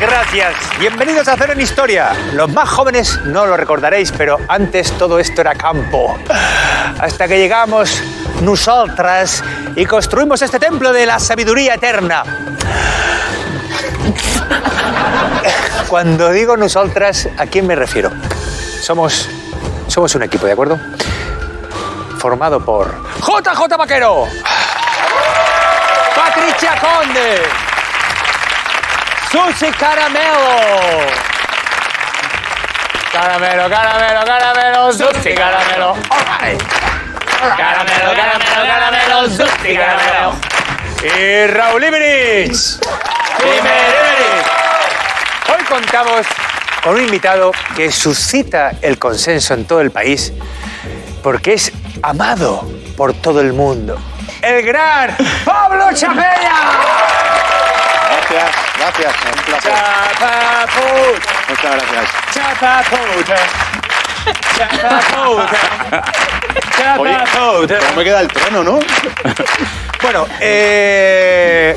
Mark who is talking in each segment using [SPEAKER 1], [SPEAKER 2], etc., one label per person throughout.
[SPEAKER 1] gracias. Bienvenidos a Cero en Historia. Los más jóvenes no lo recordaréis, pero antes todo esto era campo. Hasta que llegamos nosotras y construimos este templo de la sabiduría eterna. Cuando digo nosotras, ¿a quién me refiero? Somos, somos un equipo, ¿de acuerdo? Formado por JJ Vaquero, Patricia Conde, Susi Caramelo. Caramelo, caramelo, caramelo, Susi Caramelo. All right. Caramelo, caramelo, caramelo, Susi Caramelo. Y Eh, Raúl Ibrich. Hoy contamos con un invitado que suscita el consenso en todo el país porque es amado por todo el mundo. El gran Pablo Chapella.
[SPEAKER 2] Gracias, gracias. Un placer.
[SPEAKER 1] Chapaputa,
[SPEAKER 2] Muchas gracias.
[SPEAKER 1] chapaputa, chapaputa,
[SPEAKER 2] Oye,
[SPEAKER 1] chapaputa.
[SPEAKER 2] pero me queda el trono, ¿no?
[SPEAKER 1] Bueno, eh,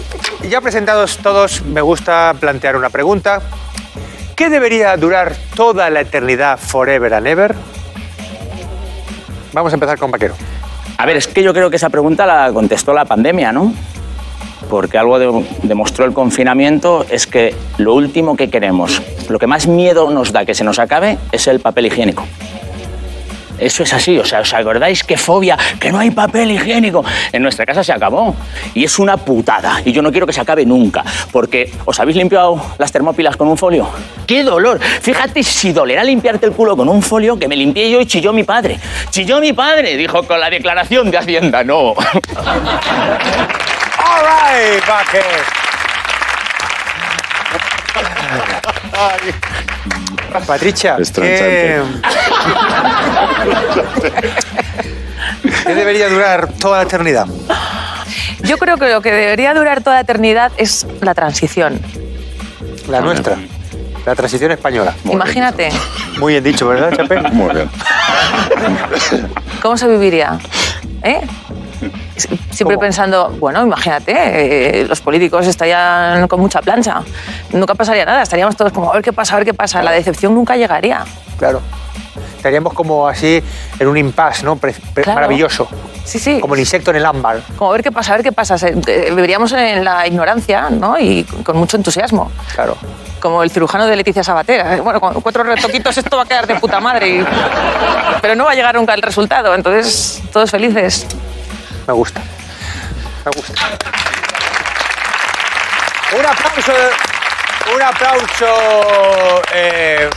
[SPEAKER 1] ya presentados todos, me gusta plantear una pregunta. ¿Qué debería durar toda la eternidad, forever and ever? Vamos a empezar con Vaquero.
[SPEAKER 3] A ver, es que yo creo que esa pregunta la contestó la pandemia, ¿no? Porque algo de- demostró el confinamiento es que lo último que queremos, lo que más miedo nos da que se nos acabe, es el papel higiénico. Eso es así, o sea, ¿os acordáis qué fobia? Que no hay papel higiénico. En nuestra casa se acabó. Y es una putada. Y yo no quiero que se acabe nunca. Porque, ¿os habéis limpiado las termópilas con un folio? ¡Qué dolor! Fíjate si dolerá limpiarte el culo con un folio que me limpié yo y chilló mi padre. Chilló mi padre, dijo con la declaración de Hacienda. No.
[SPEAKER 1] All right, Vaquero. Patricia, ¿qué, ¿qué debería durar toda la eternidad?
[SPEAKER 4] Yo creo que lo que debería durar toda la eternidad es la transición.
[SPEAKER 1] La nuestra. La transición española.
[SPEAKER 4] Imagínate
[SPEAKER 1] Muy bien dicho, ¿verdad, Chape?
[SPEAKER 2] Muy bien.
[SPEAKER 4] cómo se viviría. ¿eh? S- Siempre
[SPEAKER 1] ¿Cómo?
[SPEAKER 4] pensando, bueno, imagínate, eh, los políticos estarían con mucha plancha. Nunca pasaría nada, estaríamos todos como, a ver qué pasa, a ver qué pasa. La decepción nunca llegaría.
[SPEAKER 1] Claro. Estaríamos como así en un impasse, ¿no? Pre- pre-
[SPEAKER 4] Claro.
[SPEAKER 1] Maravilloso.
[SPEAKER 4] Sí, sí.
[SPEAKER 1] Como el insecto en el ámbar.
[SPEAKER 4] Como a ver qué pasa, a ver qué pasa. Se- eh, Viviríamos en la ignorancia, ¿no? Y con mucho entusiasmo.
[SPEAKER 1] Claro.
[SPEAKER 4] Como el cirujano de Leticia
[SPEAKER 5] Eh,
[SPEAKER 4] Sabatera. Bueno, con cuatro retoquitos esto va a quedar de puta madre. y- Pero no va a llegar nunca el resultado. Entonces, todos felices.
[SPEAKER 1] Me gusta. Me gusta. Un aplauso. Un aplauso. eh,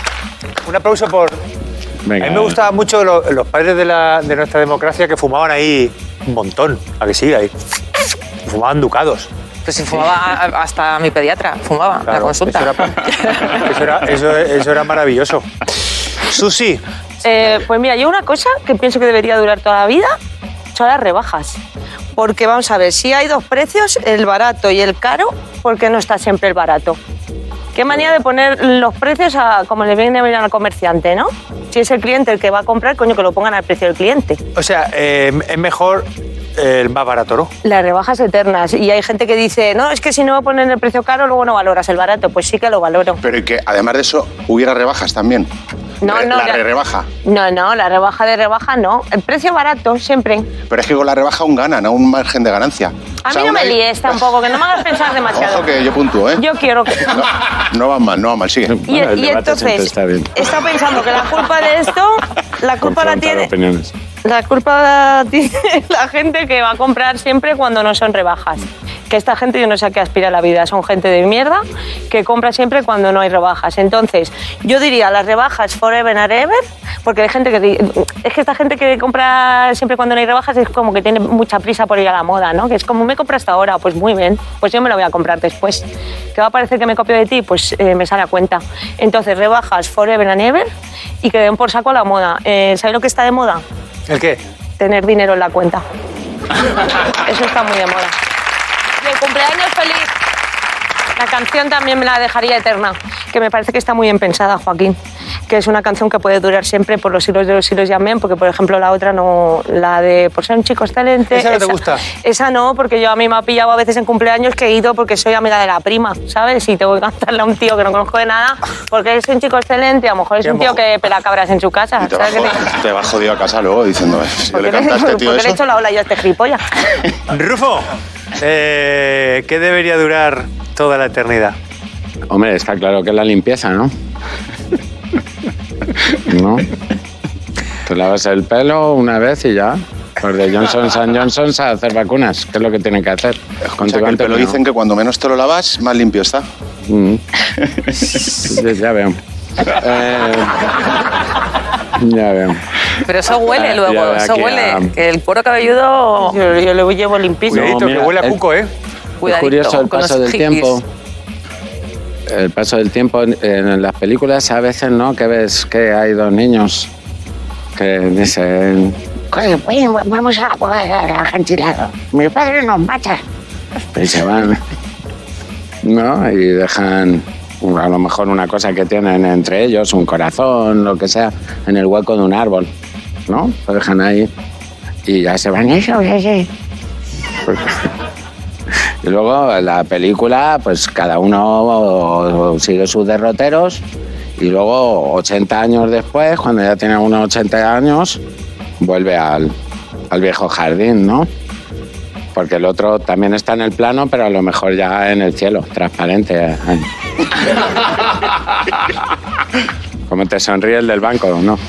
[SPEAKER 1] un aplauso por. A mí me gustaban mucho lo- los padres de, la- de nuestra democracia que fumaban ahí un montón. A que sí, ahí. Fumaban ducados.
[SPEAKER 4] Pues si fumaba a- hasta mi pediatra, fumaba en la
[SPEAKER 1] Claro,
[SPEAKER 4] consulta.
[SPEAKER 1] Eso era, eso era- eso- eso era maravilloso. Susi,
[SPEAKER 5] Eh, pues mira, yo una cosa que pienso que debería durar toda la vida son las rebajas. Porque vamos a ver, si hay dos precios, el barato y el caro, ¿por qué no está siempre el barato? Qué manía de poner los precios a como le viene bien al comerciante, ¿no? Si es el cliente el que va a comprar, coño, que lo pongan al precio del cliente.
[SPEAKER 1] o sea, eh, es mejor eh, el más barato, ¿no?
[SPEAKER 5] Las rebajas eternas. Y hay gente que dice, no, es que si no me ponen el precio caro, luego no valoras el barato. Pues sí que lo valoro.
[SPEAKER 2] Pero y que además de eso hubiera rebajas también.
[SPEAKER 5] No,
[SPEAKER 2] Re-
[SPEAKER 5] no,
[SPEAKER 2] La
[SPEAKER 5] ya-
[SPEAKER 2] re- rebaja.
[SPEAKER 5] No, no, la rebaja de rebaja no. El precio barato, siempre.
[SPEAKER 2] Pero es que con la rebaja aún ganan, aún un margen de ganancia.
[SPEAKER 5] A
[SPEAKER 2] O sea,
[SPEAKER 5] mí no
[SPEAKER 2] aún
[SPEAKER 5] me
[SPEAKER 2] hay-
[SPEAKER 5] líes tampoco, que no me hagas pensar demasiado.
[SPEAKER 2] Ojo que yo puntúo, ¿eh?
[SPEAKER 5] Yo quiero que...
[SPEAKER 2] No, no van mal, no van mal, sigue.
[SPEAKER 5] Y, y entonces, está pensando que la culpa de esto, la culpa la tiene... La culpa la tiene la gente que va a comprar siempre cuando no son rebajas. Que esta gente yo no sé a qué aspira la vida, son gente de mierda que compra siempre cuando no hay rebajas. Entonces, yo diría las rebajas forever and ever, porque hay gente que di- es que esta gente que compra siempre cuando no hay rebajas es como que tiene mucha prisa por ir a la moda, ¿no? Que es como me compro hasta ahora, pues muy bien, pues yo me lo voy a comprar después. ¿Qué va a parecer que me copio de ti? Pues eh, me sale a cuenta. Entonces, rebajas forever and ever y que den por saco a la moda. Eh, ¿Sabéis lo que está de moda?
[SPEAKER 1] ¿El qué?
[SPEAKER 5] tener dinero en la cuenta. Eso está muy de moda. Y el cumpleaños feliz. La canción también me la dejaría eterna, que me parece que está muy bien pensada, Joaquín. que es una canción que puede durar siempre por los siglos de los siglos y amén, porque por ejemplo la otra no, la de por ser un chico excelente.
[SPEAKER 1] ¿Esa no te gusta?
[SPEAKER 5] Esa no, porque yo a mí me ha pillado a veces en cumpleaños que he ido porque soy amiga de la prima, ¿sabes? Y tengo que cantarle a un tío que no conozco de nada, porque es un chico excelente, a lo mejor es
[SPEAKER 1] Qué
[SPEAKER 5] un tío
[SPEAKER 1] mojo.
[SPEAKER 5] que pela cabras en su casa.
[SPEAKER 2] Y te va,
[SPEAKER 5] Ah, ¿sabes?
[SPEAKER 2] jodido,
[SPEAKER 5] Que te-
[SPEAKER 2] te va jodido a casa luego diciendo, eh, si yo
[SPEAKER 5] ¿Por
[SPEAKER 2] le
[SPEAKER 5] qué
[SPEAKER 2] cantaste, tío,
[SPEAKER 5] por qué le he
[SPEAKER 2] eso.
[SPEAKER 5] hecho la ola yo a este gilipollas?
[SPEAKER 1] Rufo, eh, ¿qué debería durar toda la eternidad?
[SPEAKER 6] Hombre, está claro que es la limpieza, ¿no? ¿No? Te lavas el pelo una vez y ya. Los de Johnson Johnson a hacer vacunas, que es lo que tienen que hacer.
[SPEAKER 2] O sea, que el
[SPEAKER 6] Contigo
[SPEAKER 2] pelo
[SPEAKER 6] antes
[SPEAKER 2] dicen que cuando menos te lo lavas, más limpio está.
[SPEAKER 6] no. Mm. Ya- ya veo. Eh, ya veo.
[SPEAKER 4] Pero eso huele
[SPEAKER 6] Ah, ya
[SPEAKER 4] luego,
[SPEAKER 6] de
[SPEAKER 4] eso
[SPEAKER 6] aquí a-
[SPEAKER 4] huele. Que el cuero cabelludo,
[SPEAKER 5] Yo, yo le llevo limpísimo.
[SPEAKER 1] Cuidadito,
[SPEAKER 6] mira,
[SPEAKER 1] que huele a
[SPEAKER 6] el-
[SPEAKER 1] cuco, ¿eh?
[SPEAKER 6] Es
[SPEAKER 4] cuidadito.
[SPEAKER 6] curioso el
[SPEAKER 4] con los
[SPEAKER 6] paso del
[SPEAKER 4] hippies.
[SPEAKER 6] tiempo. El paso del tiempo en, en las películas a veces no, que ves que hay dos niños que dicen, "Coño, pues, vamos a jugar al acantilado. Mi padre nos mata. Y se van, ¿no? Y dejan a lo mejor una cosa que tienen entre ellos, un corazón, lo que sea, en el hueco de un árbol, ¿no? Lo dejan ahí y ya se van ellos, ya se- y luego en la película, pues cada uno sigue sus derroteros y luego 80 años después, cuando ya tiene unos 80 años, vuelve al, al viejo jardín, ¿no? Porque el otro también está en el plano, pero a lo mejor ya en el cielo, transparente. Como te sonríe el del banco, ¿no?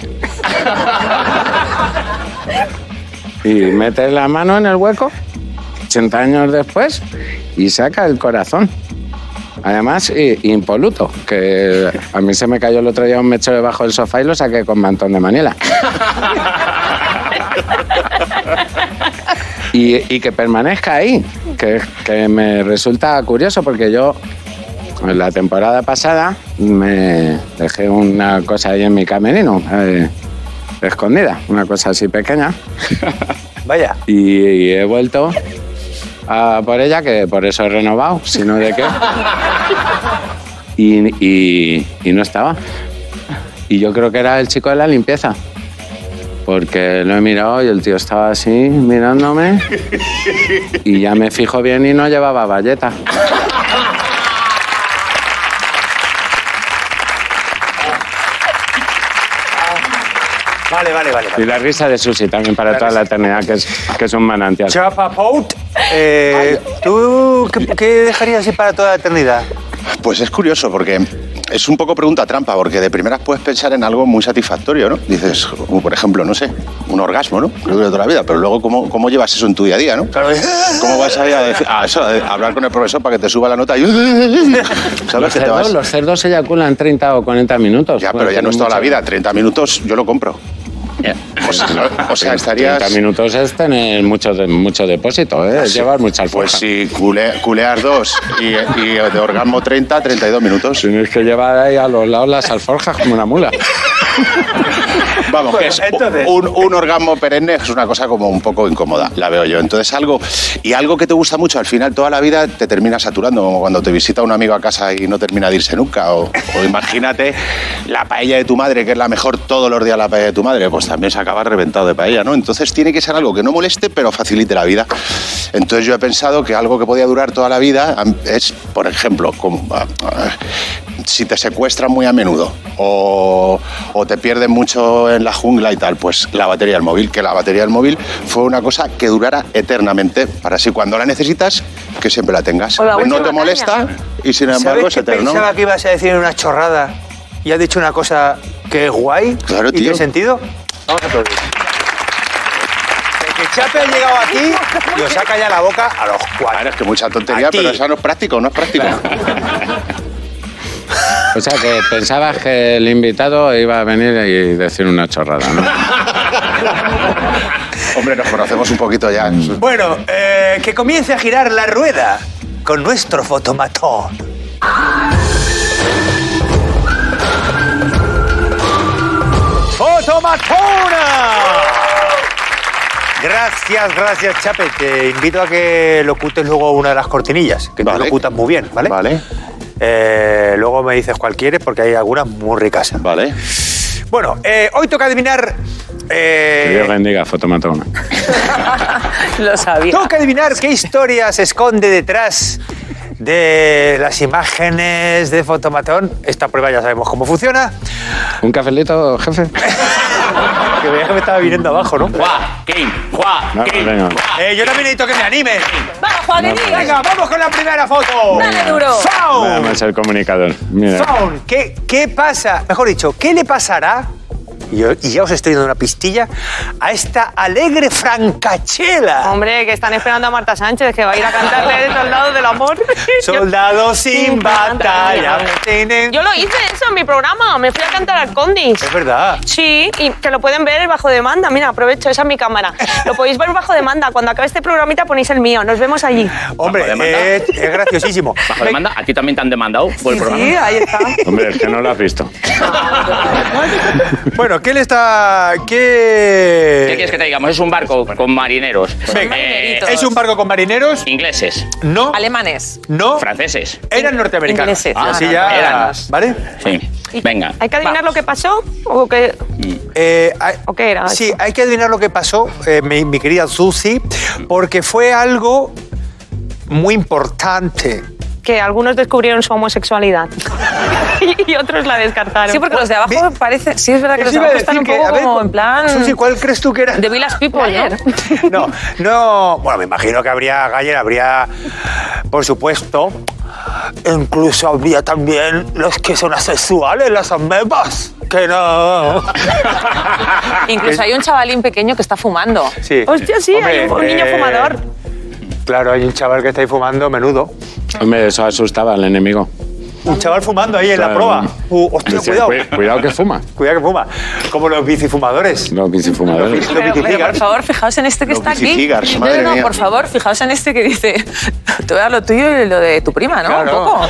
[SPEAKER 6] Y metes la mano en el hueco 80 años después y saca el corazón. Además, i- impoluto, que a mí se me cayó el otro día un mecho debajo del sofá y lo saqué con mantón de Manila. Y, y que permanezca ahí, que, que me resulta curioso porque yo en la temporada pasada me dejé una cosa ahí en mi camerino, eh, escondida, una cosa así pequeña
[SPEAKER 1] Vaya.
[SPEAKER 6] y, y he vuelto a por ella, que por eso he renovado, si no de qué. Y, y- y no estaba. Y yo creo que era el chico de la limpieza. Porque lo he mirado y el tío estaba así mirándome. Y ya me fijo bien y no llevaba valleta.
[SPEAKER 1] Vale, vale, vale.
[SPEAKER 6] Y
[SPEAKER 1] vale.
[SPEAKER 6] la risa de Susi también para
[SPEAKER 1] La
[SPEAKER 6] toda
[SPEAKER 1] risa.
[SPEAKER 6] la eternidad, que es, que es un manantial.
[SPEAKER 1] Chapapout, eh, ¿tú qué, qué dejarías así para toda la eternidad?
[SPEAKER 2] Pues es curioso porque es un poco pregunta trampa, porque de primeras puedes pensar en algo muy satisfactorio, ¿no? Dices, como por ejemplo, no sé, un orgasmo, ¿no? Lo dura toda la vida, pero luego, ¿cómo, cómo llevas eso en tu día a día, no?
[SPEAKER 1] Claro,
[SPEAKER 2] ¿Cómo vas a, ir a, decir- a eso, a hablar con el profesor para que te suba la nota? Y, ¿Sabes
[SPEAKER 6] Los
[SPEAKER 2] que te vas?
[SPEAKER 6] cerdos, los cerdos eyaculan 30 o 40 minutos. pues
[SPEAKER 2] Ya, pero ya no es toda la vida. 30 minutos yo lo compro. O sea, o sea, estarías...
[SPEAKER 6] 30 minutos es tener mucho, de- mucho depósito, ¿eh? Es llevar mucha
[SPEAKER 2] Pues
[SPEAKER 6] alforja.
[SPEAKER 2] si cule- culeas dos y, y de orgasmo 30, 32 minutos.
[SPEAKER 6] Tienes que llevar ahí a los lados las alforjas como una mula.
[SPEAKER 2] Vamos, que es
[SPEAKER 1] Entonces-
[SPEAKER 2] un, un orgasmo perenne es una cosa como un poco incómoda, la veo yo. Entonces algo, y algo que te gusta mucho, al final toda la vida te termina saturando, como cuando te visita un amigo a casa y no termina de irse nunca. O, o imagínate la paella de tu madre, que es la mejor todos los días la paella de tu madre, pues también se acaba reventado de paella, ¿no? Entonces tiene que ser algo que no moleste, pero facilite la vida. Entonces yo he pensado que algo que podía durar toda la vida am- es, por ejemplo, como, ah, ah, si te secuestran muy a menudo o, o te pierden mucho en la jungla y tal, pues la batería del móvil, que la batería del móvil fue una cosa que durara eternamente, para así cuando la necesitas, que siempre la tengas. Pues
[SPEAKER 5] O la
[SPEAKER 2] no
[SPEAKER 5] última
[SPEAKER 2] te molesta
[SPEAKER 5] caña.
[SPEAKER 2] y sin embargo
[SPEAKER 1] ¿Sabes
[SPEAKER 2] es
[SPEAKER 1] que
[SPEAKER 2] eterno.
[SPEAKER 1] pensaba que ibas a decir una chorrada y has dicho una cosa que es guay?
[SPEAKER 2] Claro,
[SPEAKER 1] ¿Y
[SPEAKER 2] tío.
[SPEAKER 1] qué sentido? Vamos a aplaudir. De que Chape ha llegado aquí y os saca ya la boca a los
[SPEAKER 2] Claro,
[SPEAKER 1] cuatro.
[SPEAKER 2] es que mucha tontería,
[SPEAKER 1] A ti.
[SPEAKER 2] pero esa no es práctico, no es práctico.
[SPEAKER 6] O sea que pensabas que el invitado iba a venir y decir una chorrada, ¿no?
[SPEAKER 2] Hombre, nos conocemos un poquito ya.
[SPEAKER 1] Bueno, eh, que comience a girar la rueda con nuestro fotomatón. ¡Fotomatona! Gracias, gracias, Chape. Te invito a que locutes luego una de las cortinillas, que te
[SPEAKER 2] Vale.
[SPEAKER 1] locutas muy bien, ¿vale?
[SPEAKER 2] Vale.
[SPEAKER 1] Eh, luego me dices cuál quieres porque hay algunas muy ricas.
[SPEAKER 2] Vale.
[SPEAKER 1] Bueno, eh, hoy toca adivinar. eh,
[SPEAKER 6] Que Dios bendiga, fotomatona.
[SPEAKER 4] Lo sabía.
[SPEAKER 1] Tengo que adivinar qué historia se esconde detrás de las imágenes de Fotomatón. Esta prueba ya sabemos cómo funciona.
[SPEAKER 7] ¿Un cafelito, jefe?
[SPEAKER 1] Que veía que me estaba viniendo abajo, ¿no?
[SPEAKER 3] Joaquín, Joaquín.
[SPEAKER 6] venga.
[SPEAKER 1] Eh, yo también necesito que me animen.
[SPEAKER 4] ¡Vamos, Joaquín!
[SPEAKER 1] Venga, vamos con la primera foto.
[SPEAKER 4] Dale duro.
[SPEAKER 1] ¡Sound!
[SPEAKER 6] Vamos al comunicador. Mira,
[SPEAKER 1] Sound. ¿Qué, ¿Qué pasa? Mejor dicho, ¿qué le pasará? Y, yo- y ya os estoy dando una pistilla a esta alegre francachela.
[SPEAKER 5] Hombre, que están esperando a Marta Sánchez, que va a ir a cantarle el soldado del amor.
[SPEAKER 1] Soldados sin batalla. Tienen-
[SPEAKER 5] Yo lo hice eso en mi programa, me fui a cantar al Condis.
[SPEAKER 1] Es verdad.
[SPEAKER 5] Sí, y que lo pueden ver bajo demanda. Mira, aprovecho, esa es mi cámara. Lo podéis ver bajo demanda. Cuando acabe este programita ponéis el mío. Nos vemos allí.
[SPEAKER 1] Hombre,
[SPEAKER 3] Bajo demanda.
[SPEAKER 1] eh, es, graciosísimo.
[SPEAKER 3] Bajo demanda, a ti también te han demandado por el programa.
[SPEAKER 5] ahí está.
[SPEAKER 6] hombre, es que no lo has visto.
[SPEAKER 1] Bueno, ¿qué le está...? ¿Qué...?
[SPEAKER 3] ¿Qué quieres que te digamos? Es un barco con marineros.
[SPEAKER 1] Venga.
[SPEAKER 3] Eh,
[SPEAKER 1] ¿Es un barco con marineros?
[SPEAKER 3] ingleses,
[SPEAKER 1] No.
[SPEAKER 4] Alemanes.
[SPEAKER 1] No.
[SPEAKER 3] franceses.
[SPEAKER 1] Eran norteamericanos.
[SPEAKER 4] Ingleses.
[SPEAKER 1] Y así
[SPEAKER 4] Ah,
[SPEAKER 1] ya...
[SPEAKER 3] norteamericanos.
[SPEAKER 1] ¿Vale?
[SPEAKER 3] Sí. Venga.
[SPEAKER 5] ¿Hay que adivinar lo que pasó? ¿O qué,
[SPEAKER 1] Eh, hay-
[SPEAKER 5] o qué era?
[SPEAKER 1] sí, hay que adivinar lo que pasó, eh, mi, mi querida Susi, porque fue algo muy importante.
[SPEAKER 5] Que algunos descubrieron su homosexualidad y otros la descartaron.
[SPEAKER 4] Sí, porque los de abajo
[SPEAKER 1] Ve-
[SPEAKER 4] parece. Sí, es verdad que los
[SPEAKER 1] Eso
[SPEAKER 4] de
[SPEAKER 1] iba a
[SPEAKER 4] abajo
[SPEAKER 1] decir
[SPEAKER 4] están un
[SPEAKER 1] que,
[SPEAKER 4] poco
[SPEAKER 1] a ver,
[SPEAKER 4] como en plan.
[SPEAKER 1] Susi, ¿cuál crees tú que era?
[SPEAKER 4] De Village People, ¿eh? ¿no?
[SPEAKER 1] No, no. Bueno, me imagino que habría Galler, habría, por supuesto, incluso habría también los que son asexuales, las amebas. Que no.
[SPEAKER 4] Incluso hay un chavalín pequeño que está fumando.
[SPEAKER 1] Sí. eh,
[SPEAKER 5] Hostia, sí, hay un- un niño fumador.
[SPEAKER 1] Claro, hay un chaval que está ahí fumando menudo.
[SPEAKER 6] Hombre, eso asustaba al enemigo.
[SPEAKER 1] Un chaval fumando ahí en la
[SPEAKER 6] Claro.
[SPEAKER 1] proa. Uh, hostia,
[SPEAKER 6] Decía,
[SPEAKER 1] cuidado.
[SPEAKER 6] "Cu- cuidado que fuma.
[SPEAKER 1] Cuidado que fuma. Como los bicifumadores.
[SPEAKER 6] Los bicifumadores.
[SPEAKER 1] Los
[SPEAKER 4] Pero, pero, por
[SPEAKER 1] bicicigars.
[SPEAKER 4] favor, fijaos en este que
[SPEAKER 2] Los
[SPEAKER 4] está aquí.
[SPEAKER 2] bicicigars,
[SPEAKER 4] No,
[SPEAKER 2] madre
[SPEAKER 4] no,
[SPEAKER 2] mía.
[SPEAKER 4] por favor, fijaos en este que dice, te voy a dar lo tuyo y lo de tu prima, ¿no?
[SPEAKER 1] Claro.
[SPEAKER 4] Un poco.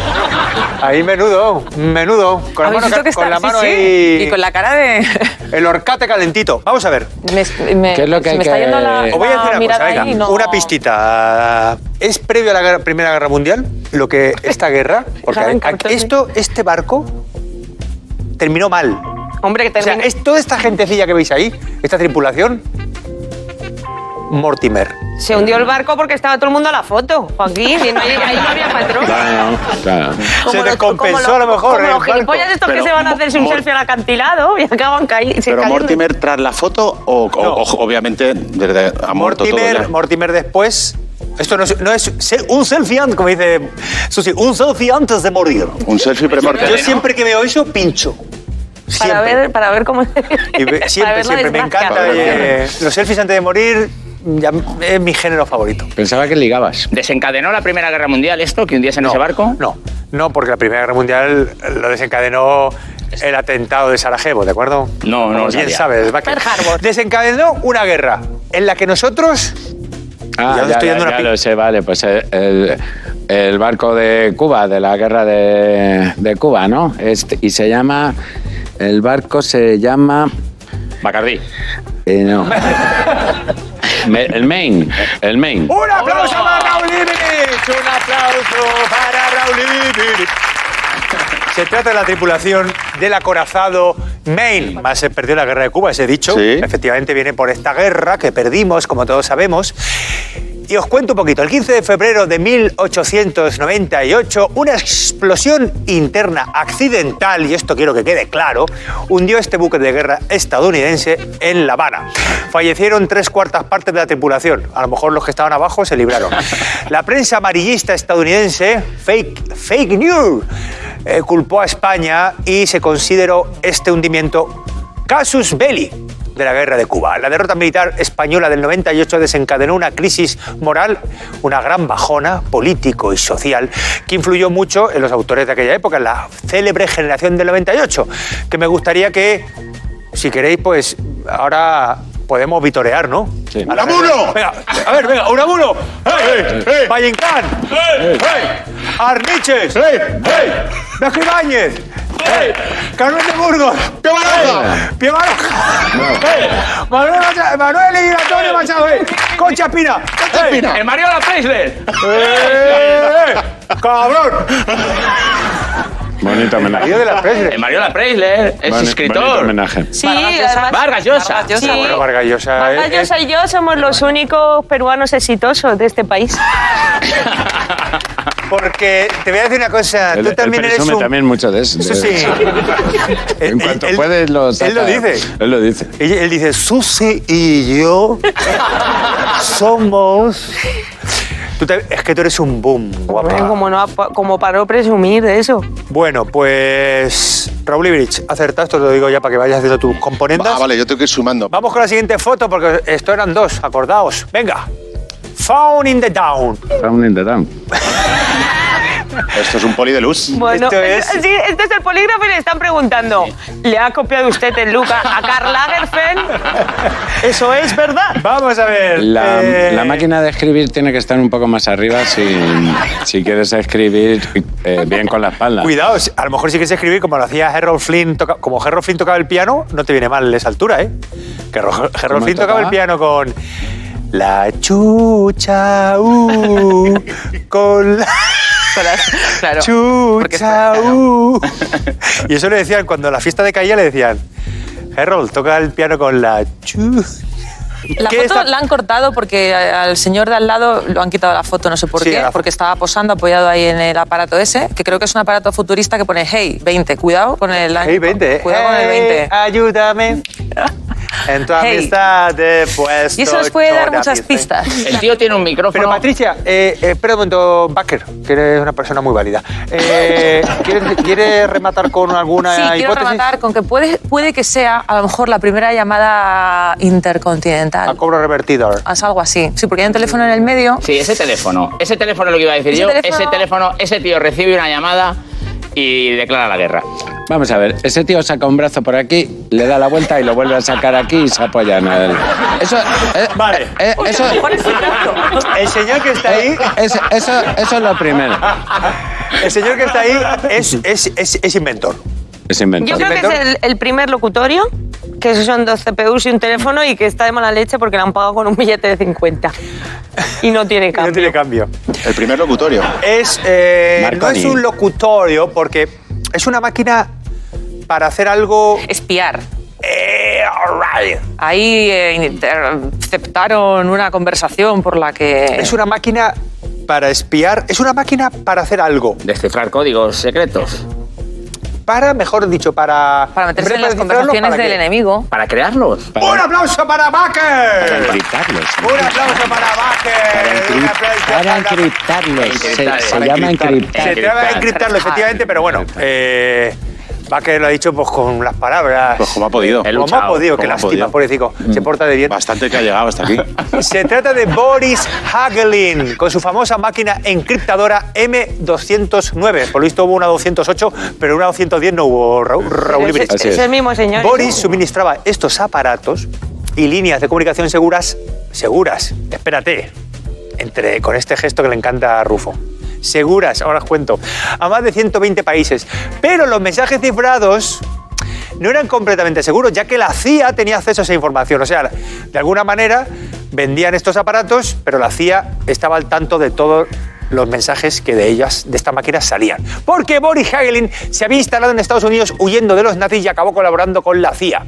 [SPEAKER 1] Ahí menudo, menudo. Con la
[SPEAKER 4] ¿Habéis
[SPEAKER 1] mano,
[SPEAKER 4] visto que
[SPEAKER 1] ca- con
[SPEAKER 4] está?
[SPEAKER 1] la
[SPEAKER 4] Sí,
[SPEAKER 1] mano
[SPEAKER 4] sí.
[SPEAKER 1] ahí.
[SPEAKER 4] Y con la cara de...
[SPEAKER 1] El horcate calentito. Vamos a ver.
[SPEAKER 4] Me, me-
[SPEAKER 7] ¿Qué es lo que
[SPEAKER 4] se
[SPEAKER 7] hay
[SPEAKER 4] me está
[SPEAKER 7] que-
[SPEAKER 4] yendo la,
[SPEAKER 1] Os voy a decir una
[SPEAKER 5] Ah,
[SPEAKER 4] la
[SPEAKER 1] cosa,
[SPEAKER 4] mirada
[SPEAKER 1] venga,
[SPEAKER 4] ahí y no-
[SPEAKER 1] una pistita. Es previo a la guerra- Primera Guerra Mundial, lo que esta guerra, porque
[SPEAKER 5] Claro, en
[SPEAKER 1] a- a-
[SPEAKER 5] cartel.
[SPEAKER 1] esto, este barco terminó mal.
[SPEAKER 5] Hombre, que
[SPEAKER 1] O sea,
[SPEAKER 5] termina.
[SPEAKER 1] es toda esta gentecilla que veis ahí, esta tripulación, Mortimer.
[SPEAKER 5] Se hundió el barco porque estaba todo el mundo a la foto. Joaquín, y no, hay- ahí no había patrón.
[SPEAKER 6] Claro, claro.
[SPEAKER 5] Como
[SPEAKER 1] Se
[SPEAKER 5] los-
[SPEAKER 1] descompensó
[SPEAKER 5] como
[SPEAKER 1] a lo
[SPEAKER 5] los-
[SPEAKER 1] mejor,
[SPEAKER 5] Como
[SPEAKER 1] ¿eh?
[SPEAKER 5] los
[SPEAKER 1] el
[SPEAKER 5] gilipollas
[SPEAKER 1] barco.
[SPEAKER 5] estos
[SPEAKER 2] Pero
[SPEAKER 5] que se van a hacerse un
[SPEAKER 2] Mor-
[SPEAKER 5] selfie al acantilado y acaban cayendo.
[SPEAKER 2] Pero Mortimer tras la foto o, o-
[SPEAKER 1] No.
[SPEAKER 2] o- obviamente desde ha muerto todo
[SPEAKER 1] Mortimer,
[SPEAKER 2] ya.
[SPEAKER 1] Mortimer después. Esto no es, no es se- un selfie antes, como dice Susi, un selfie antes de morir.
[SPEAKER 2] Un selfie
[SPEAKER 1] Yo
[SPEAKER 2] premortem.
[SPEAKER 1] siempre que veo eso, pincho.
[SPEAKER 5] Para
[SPEAKER 1] Siempre.
[SPEAKER 5] ver, para ver cómo.
[SPEAKER 1] Y ve- siempre, siempre. Me encanta.
[SPEAKER 2] Para ver la
[SPEAKER 1] eh, los selfies antes de morir ya, es mi género favorito.
[SPEAKER 7] Pensaba que ligabas.
[SPEAKER 3] ¿Desencadenó la Primera Guerra Mundial esto, que hundías en ese barco?
[SPEAKER 1] No, no, porque la Primera Guerra Mundial lo desencadenó el atentado de Sarajevo, ¿de acuerdo?
[SPEAKER 3] No, no
[SPEAKER 1] Como
[SPEAKER 3] lo
[SPEAKER 1] bien
[SPEAKER 3] sabía.
[SPEAKER 1] sabes, Baker. Desencadenó una guerra en la que nosotros.
[SPEAKER 6] Ah,
[SPEAKER 1] Ya
[SPEAKER 6] ya,
[SPEAKER 1] le estoy
[SPEAKER 6] ya,
[SPEAKER 1] dando una
[SPEAKER 6] ya
[SPEAKER 1] pi-
[SPEAKER 6] lo sé, vale. Pues eh, el, el barco de Cuba, de la guerra de, de Cuba, ¿no? Este- y se llama. El barco se llama.
[SPEAKER 3] Bacardí.
[SPEAKER 6] eh, no. Me- el Maine. El Maine.
[SPEAKER 1] ¡Un aplauso para Raúl Ibáñez! ¡Un aplauso para Raúl Ibáñez! Se trata de la tripulación del acorazado Maine. Más se perdió la guerra de Cuba, ese dicho.
[SPEAKER 2] Sí.
[SPEAKER 1] Efectivamente viene por esta guerra que perdimos, como todos sabemos. Y os cuento un poquito. El 15 de febrero de 1898, una explosión interna accidental, y esto quiero que quede claro, hundió este buque de guerra estadounidense en La Habana. Fallecieron tres cuartas partes de la tripulación. A lo mejor los que estaban abajo se libraron. La prensa amarillista estadounidense, fake, fake news, eh, culpó a España y se consideró este hundimiento casus belli de la guerra de Cuba. La derrota militar española del 98 desencadenó una crisis moral, una gran bajona político y social que influyó mucho en los autores de aquella época, en la célebre generación del 98, que me gustaría que, si queréis, pues ahora podemos vitorear, ¿no?
[SPEAKER 6] Sí.
[SPEAKER 1] A la-
[SPEAKER 2] ¡Unamuno!
[SPEAKER 1] Venga, a ver, venga, ¡Unamuno! ¡Hey! ¡Hey! ¡Vallencán! ¡Hey! ¡Arniches! ¡Hey! ¡Hey! Ibáñez! ¡Hey! ¡Carmen de Burgos! ¡Pie Baroja! ¡Pie Baroja! ¡Hey! ¡Manuel, Macha- Manuel y Antonio Machado! ¡Hey! ¡Concha Espina! ¡Concha Espina!
[SPEAKER 3] ¡El Mariola Preisler!
[SPEAKER 1] ¡Eh! ¡Cabrón!
[SPEAKER 8] Bonito homenaje.
[SPEAKER 1] Marido de las Presley.
[SPEAKER 3] El Mario La Preisler es
[SPEAKER 8] Boni- Bonito
[SPEAKER 3] escritor.
[SPEAKER 8] homenaje.
[SPEAKER 5] Sí,
[SPEAKER 4] Vargas Llosa.
[SPEAKER 5] además-
[SPEAKER 3] Vargas Llosa.
[SPEAKER 4] Vargas Llosa.
[SPEAKER 5] Sí.
[SPEAKER 1] Bueno, Vargas Llosa,
[SPEAKER 5] Vargas
[SPEAKER 1] eh, eh,
[SPEAKER 5] Llosa y yo somos los únicos peruanos exitosos de este país.
[SPEAKER 1] eh, Porque te voy a decir una cosa.
[SPEAKER 8] El,
[SPEAKER 1] tú también
[SPEAKER 8] el
[SPEAKER 1] eres
[SPEAKER 8] presume
[SPEAKER 1] un.
[SPEAKER 8] también mucho de eso.
[SPEAKER 1] Eso
[SPEAKER 8] de-
[SPEAKER 1] sí. Él-
[SPEAKER 8] En cuanto
[SPEAKER 1] él-
[SPEAKER 8] puedes lo
[SPEAKER 1] Él lo
[SPEAKER 8] saca.
[SPEAKER 1] dice.
[SPEAKER 8] Él lo dice.
[SPEAKER 1] Él, él dice, Susi y yo somos... Tú te- es que tú eres un boom,
[SPEAKER 5] Bueno,
[SPEAKER 1] guapa.
[SPEAKER 5] Eh, Como, no, como para no presumir de eso.
[SPEAKER 1] Bueno, pues Raúl Ibrich, acertado, esto te lo digo ya para que vayas haciendo tus componentes.
[SPEAKER 2] Ah, vale, yo tengo que ir sumando.
[SPEAKER 1] Vamos con la siguiente foto porque esto eran dos, acordaos. Venga. Found in the Down.
[SPEAKER 6] Found in the Down.
[SPEAKER 2] Esto es un poli de luz.
[SPEAKER 5] Bueno,
[SPEAKER 1] Esto es-
[SPEAKER 5] sí, este es el polígrafo y le están preguntando. ¿Le ha copiado usted el look a, a Karl Lagerfeld? Eso es verdad.
[SPEAKER 1] Vamos a ver.
[SPEAKER 6] La,
[SPEAKER 1] eh,
[SPEAKER 6] la máquina de escribir tiene que estar un poco más arriba si, si quieres escribir eh, bien con la espalda.
[SPEAKER 1] Cuidado, si- a lo mejor si quieres escribir como lo hacía Harold Flynn, toca- como Harold Flynn tocaba el piano, no te viene mal esa altura, ¿eh? Que Ro- Harold
[SPEAKER 6] ¿Cómo
[SPEAKER 1] Flynn tocaba
[SPEAKER 6] tocaba?
[SPEAKER 1] el piano con la chucha uh, con la
[SPEAKER 4] Solas, claro. porque es-
[SPEAKER 1] chucha
[SPEAKER 4] claro.
[SPEAKER 1] uh. Y eso le decían cuando la fiesta decaía le decían, Harold toca el piano con la chu.
[SPEAKER 4] La
[SPEAKER 1] ¿Qué
[SPEAKER 4] foto
[SPEAKER 1] está-
[SPEAKER 4] la han cortado porque a- al señor de al lado lo han quitado la foto, no sé por
[SPEAKER 1] Sí, a
[SPEAKER 4] qué,
[SPEAKER 1] la-
[SPEAKER 4] porque estaba posando apoyado ahí en el aparato ese, que creo que es un aparato futurista que pone Hey 20, cuidado con el año.
[SPEAKER 1] Hey 20, eh.
[SPEAKER 4] Cuidado con el
[SPEAKER 1] Hey,
[SPEAKER 4] 20.
[SPEAKER 1] Ayúdame. En tu
[SPEAKER 4] Hey.
[SPEAKER 1] amistad he puesto
[SPEAKER 4] Y eso nos puede dar
[SPEAKER 1] toda
[SPEAKER 4] muchas
[SPEAKER 1] mi fe.
[SPEAKER 4] pistas.
[SPEAKER 3] El tío tiene un micrófono.
[SPEAKER 1] Pero Patricia, eh, eh, espera un momento, Baker, que eres una persona muy válida. Eh, ¿quieres, quieres rematar con alguna
[SPEAKER 4] Sí,
[SPEAKER 1] hipótesis?
[SPEAKER 4] quiero rematar con que puede, puede que sea a lo mejor la primera llamada
[SPEAKER 1] A
[SPEAKER 4] intercontinental.
[SPEAKER 1] cobro revertido.
[SPEAKER 4] Es algo así. Sí, porque hay un teléfono en el medio.
[SPEAKER 3] Sí, ese teléfono. Ese teléfono es lo que iba a decir
[SPEAKER 4] Ese
[SPEAKER 3] yo.
[SPEAKER 4] teléfono-
[SPEAKER 3] Ese teléfono, ese tío recibe una llamada y declara la guerra.
[SPEAKER 6] Vamos a ver, ese tío saca un brazo por aquí, le da la vuelta y lo vuelve a sacar aquí y se apoya en él. Eso, eh,
[SPEAKER 1] Vale.
[SPEAKER 6] eh, eso,
[SPEAKER 1] El señor que está ahí,
[SPEAKER 6] eh, es- eso, eso es lo primero.
[SPEAKER 4] eh.
[SPEAKER 1] el señor que está ahí es, es, es, es inventor.
[SPEAKER 6] Es inventado.
[SPEAKER 5] Yo creo que es el, el primer locutorio, que esos son dos CPUs y un teléfono y que está de mala leche porque le han pagado con un billete de 50. Y no tiene
[SPEAKER 1] No
[SPEAKER 5] cambio.
[SPEAKER 1] tiene cambio.
[SPEAKER 2] El primer locutorio.
[SPEAKER 1] Es, eh, no
[SPEAKER 6] Marconi.
[SPEAKER 1] es un locutorio porque es una máquina para hacer algo...
[SPEAKER 4] Espiar.
[SPEAKER 1] Eh, all right.
[SPEAKER 4] Ahí eh, interceptaron una conversación por la que.
[SPEAKER 1] Es una máquina para espiar, es una máquina para hacer algo.
[SPEAKER 3] Descifrar códigos secretos.
[SPEAKER 1] Para, mejor dicho, para...
[SPEAKER 4] para meterse en
[SPEAKER 1] hombre,
[SPEAKER 4] las
[SPEAKER 1] para cifrarlo,
[SPEAKER 4] conversaciones
[SPEAKER 1] ¿para
[SPEAKER 4] del
[SPEAKER 1] qué?
[SPEAKER 4] enemigo.
[SPEAKER 3] Para crearlos.
[SPEAKER 6] Para-
[SPEAKER 1] ¡Un aplauso para
[SPEAKER 6] Para
[SPEAKER 1] Baker!
[SPEAKER 6] encriptarlos.
[SPEAKER 1] ¡Un aplauso para Baker! Un aplauso
[SPEAKER 6] Para encriptarlos. Se, se llama
[SPEAKER 1] Se
[SPEAKER 6] encriptar.
[SPEAKER 1] trata de encriptarlo, efectivamente, pero bueno. eh, Baker lo ha dicho pues con las palabras.
[SPEAKER 2] Pues como ha podido.
[SPEAKER 3] He
[SPEAKER 1] Como ha
[SPEAKER 3] luchado,
[SPEAKER 1] podido, qué
[SPEAKER 2] como ha
[SPEAKER 1] lástima,
[SPEAKER 2] podido.
[SPEAKER 1] pobrecito. Se porta de bien.
[SPEAKER 2] Bastante que ha llegado hasta aquí.
[SPEAKER 1] Se trata de Boris Hagelin con su famosa máquina encriptadora M209. Por lo visto hubo una 208, pero una 210 no hubo, Raúl, Raúl
[SPEAKER 5] Pero
[SPEAKER 1] Ibrich.
[SPEAKER 5] es,
[SPEAKER 6] Así
[SPEAKER 5] es
[SPEAKER 6] es.
[SPEAKER 5] el mismo señor.
[SPEAKER 1] Boris suministraba estos aparatos y líneas de comunicación seguras, seguras, espérate, entre, con este gesto que le encanta a Rufo. Seguras, ahora os cuento, a más de 120 países. Pero los mensajes cifrados no eran completamente seguros, ya que la CIA tenía acceso a esa información. O sea, de alguna manera vendían estos aparatos, pero la CIA estaba al tanto de todos los mensajes que de ellas, de esta máquina, salían. Porque Boris Hagelin se había instalado en Estados Unidos huyendo de los nazis y acabó colaborando con la CIA.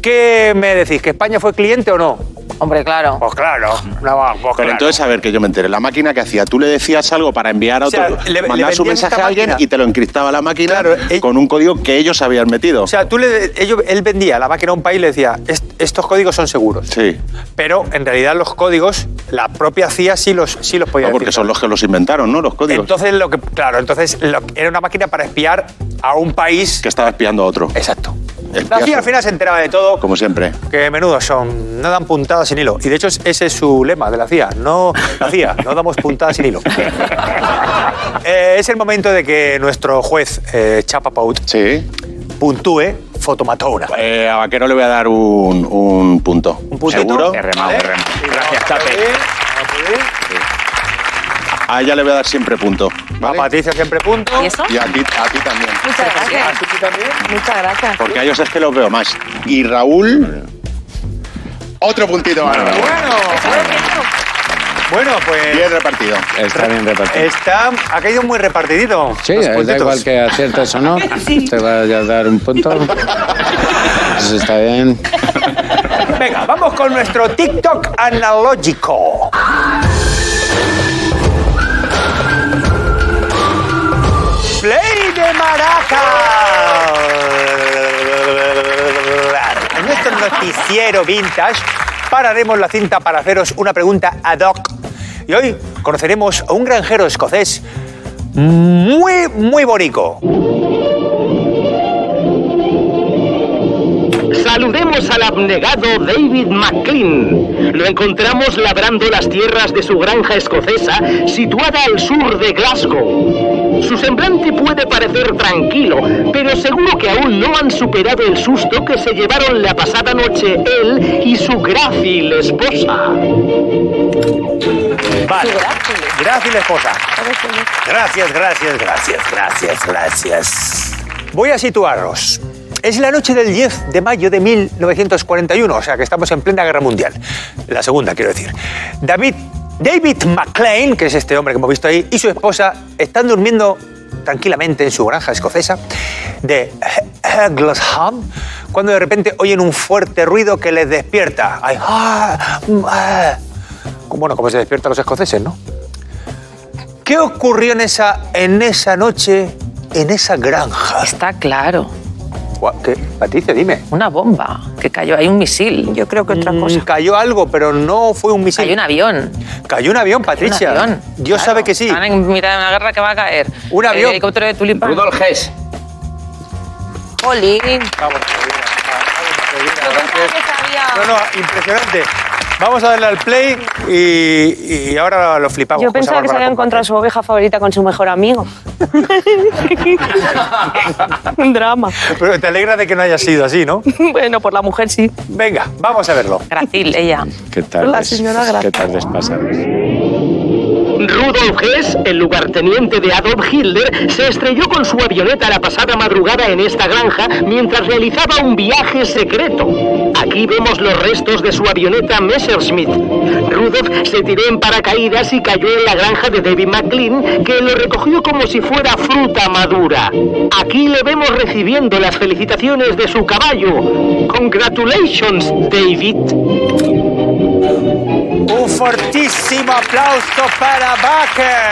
[SPEAKER 1] ¿Qué me decís? ¿Que España fue cliente o no?
[SPEAKER 4] Hombre, claro.
[SPEAKER 1] Pues claro. No, pues
[SPEAKER 2] Pero
[SPEAKER 1] claro.
[SPEAKER 2] entonces, a ver, que yo me enteré. La máquina que hacía, tú le decías algo para enviar a
[SPEAKER 1] O
[SPEAKER 2] otro.
[SPEAKER 1] sea, le- le
[SPEAKER 2] mandabas un
[SPEAKER 1] vendías esta
[SPEAKER 2] mensaje a alguien
[SPEAKER 1] máquina.
[SPEAKER 2] y te lo encriptaba la máquina
[SPEAKER 1] Claro, eh.
[SPEAKER 2] con un código que ellos habían metido.
[SPEAKER 1] O sea, tú le, ello- él vendía la máquina a un país y le decía, "Est- estos códigos son seguros.
[SPEAKER 2] sí.
[SPEAKER 1] Pero en realidad los códigos, la propia CIA sí los, sí los podía
[SPEAKER 2] No, Ah, porque
[SPEAKER 1] decir.
[SPEAKER 2] son los que los inventaron, ¿no? Los códigos.
[SPEAKER 1] Entonces, lo que, claro, entonces lo que- era una máquina para espiar a un país.
[SPEAKER 2] que estaba espiando a otro.
[SPEAKER 1] Exacto. La
[SPEAKER 2] Espiazo.
[SPEAKER 1] CIA al final se enteraba de todo.
[SPEAKER 2] Como siempre.
[SPEAKER 1] Que menudo son, no dan puntadas sin hilo. Y de hecho ese es su lema de la CIA. No, la CIA, no damos puntadas sin hilo. Eh, es el momento de que nuestro juez eh, Chapa Paut
[SPEAKER 2] Sí.
[SPEAKER 1] puntúe Fotomatona.
[SPEAKER 2] Eh, a Vaquero le voy a dar un, un punto.
[SPEAKER 1] ¿Un puntito?
[SPEAKER 2] ¿Seguro?
[SPEAKER 3] He remado, he remado. Gracias, Chape.
[SPEAKER 2] A ella le voy a dar siempre punto.
[SPEAKER 1] A
[SPEAKER 2] ¿vale?
[SPEAKER 1] Patricia siempre punto.
[SPEAKER 4] ¿Y eso?
[SPEAKER 2] Y a ti, a ti también.
[SPEAKER 4] Muchas gracias. Muchas gracias.
[SPEAKER 2] Porque a ellos es que los veo más. Y Raúl. Otro puntito más.
[SPEAKER 1] Bueno, bueno. Bueno, pues
[SPEAKER 2] Bien repartido.
[SPEAKER 6] Está bien repartido.
[SPEAKER 1] está, ha caído muy repartidito.
[SPEAKER 6] Sí,
[SPEAKER 1] los
[SPEAKER 6] eh, da
[SPEAKER 1] puntitos.
[SPEAKER 6] igual que aciertes o no, te va a dar un punto. Eso está bien.
[SPEAKER 1] Venga, vamos con nuestro TikTok analógico. Play de maracas. En nuestro noticiero vintage pararemos la cinta para haceros una pregunta ad hoc. Y hoy conoceremos a un granjero escocés muy, muy bonico.
[SPEAKER 8] Saludemos al abnegado David McLean. Lo encontramos labrando las tierras de su granja escocesa situada al sur de Glasgow. Su semblante puede parecer tranquilo, pero seguro que aún no han superado el susto que se llevaron la pasada noche él y su grácil esposa.
[SPEAKER 1] Vale. Gracias, esposa. Gracias, gracias, gracias, gracias, gracias. Voy a situaros. Es la noche del 10 de mayo de 1941, o sea que estamos en plena guerra mundial. La segunda, quiero decir. David, David McLean, que es este hombre que hemos visto ahí, y su esposa están durmiendo tranquilamente en su granja escocesa de Glassham, cuando de repente oyen un fuerte ruido que les despierta. Ay, ah, mm, ah. Bueno, como se despiertan los escoceses, ¿no? ¿Qué ocurrió en esa, en esa noche, en esa granja?
[SPEAKER 4] Está claro.
[SPEAKER 1] Gua- ¿Qué? Patricia, dime.
[SPEAKER 4] Una bomba que cayó. Hay un misil. Yo creo que otra
[SPEAKER 1] Mm, Cayó algo, pero no fue un misil.
[SPEAKER 4] Hay un avión.
[SPEAKER 1] Cayó un avión, Patricia.
[SPEAKER 4] Un avión.
[SPEAKER 1] Dios
[SPEAKER 4] Claro.
[SPEAKER 1] sabe que sí.
[SPEAKER 4] Están en mitad de una guerra que va a caer.
[SPEAKER 1] Un avión.
[SPEAKER 4] El helicóptero de tulipán.
[SPEAKER 3] Rudolf Hess.
[SPEAKER 4] Jolín.
[SPEAKER 1] Vamos, Patricia, vamos, Patricia,
[SPEAKER 5] Pensaba que
[SPEAKER 1] No,
[SPEAKER 5] sabía-
[SPEAKER 1] no, impresionante. Vamos a darle al play y, y ahora lo flipamos.
[SPEAKER 5] Yo
[SPEAKER 1] José
[SPEAKER 5] pensaba que se
[SPEAKER 1] Bárbara
[SPEAKER 5] había
[SPEAKER 1] con
[SPEAKER 5] encontrado su oveja favorita con su mejor amigo. Un drama.
[SPEAKER 1] Patricia. Pero te alegra de que no haya sido así, ¿no?
[SPEAKER 5] Bueno, por la mujer sí.
[SPEAKER 1] Venga, vamos a verlo.
[SPEAKER 4] Gracil, ella.
[SPEAKER 6] ¿Qué tal?
[SPEAKER 5] La señora Gracia.
[SPEAKER 6] ¿Qué tal pasadas?
[SPEAKER 8] Rudolf Hess, el lugarteniente de Adolf Hitler, se estrelló con su avioneta la pasada madrugada en esta granja mientras realizaba un viaje secreto. Aquí vemos los restos de su avioneta Messerschmitt. Rudolf se tiró en paracaídas y cayó en la granja de David McLean, que lo recogió como si fuera fruta madura. Aquí le vemos recibiendo las felicitaciones de su caballo. Congratulations, David.
[SPEAKER 1] Un fortísimo aplauso para Baker.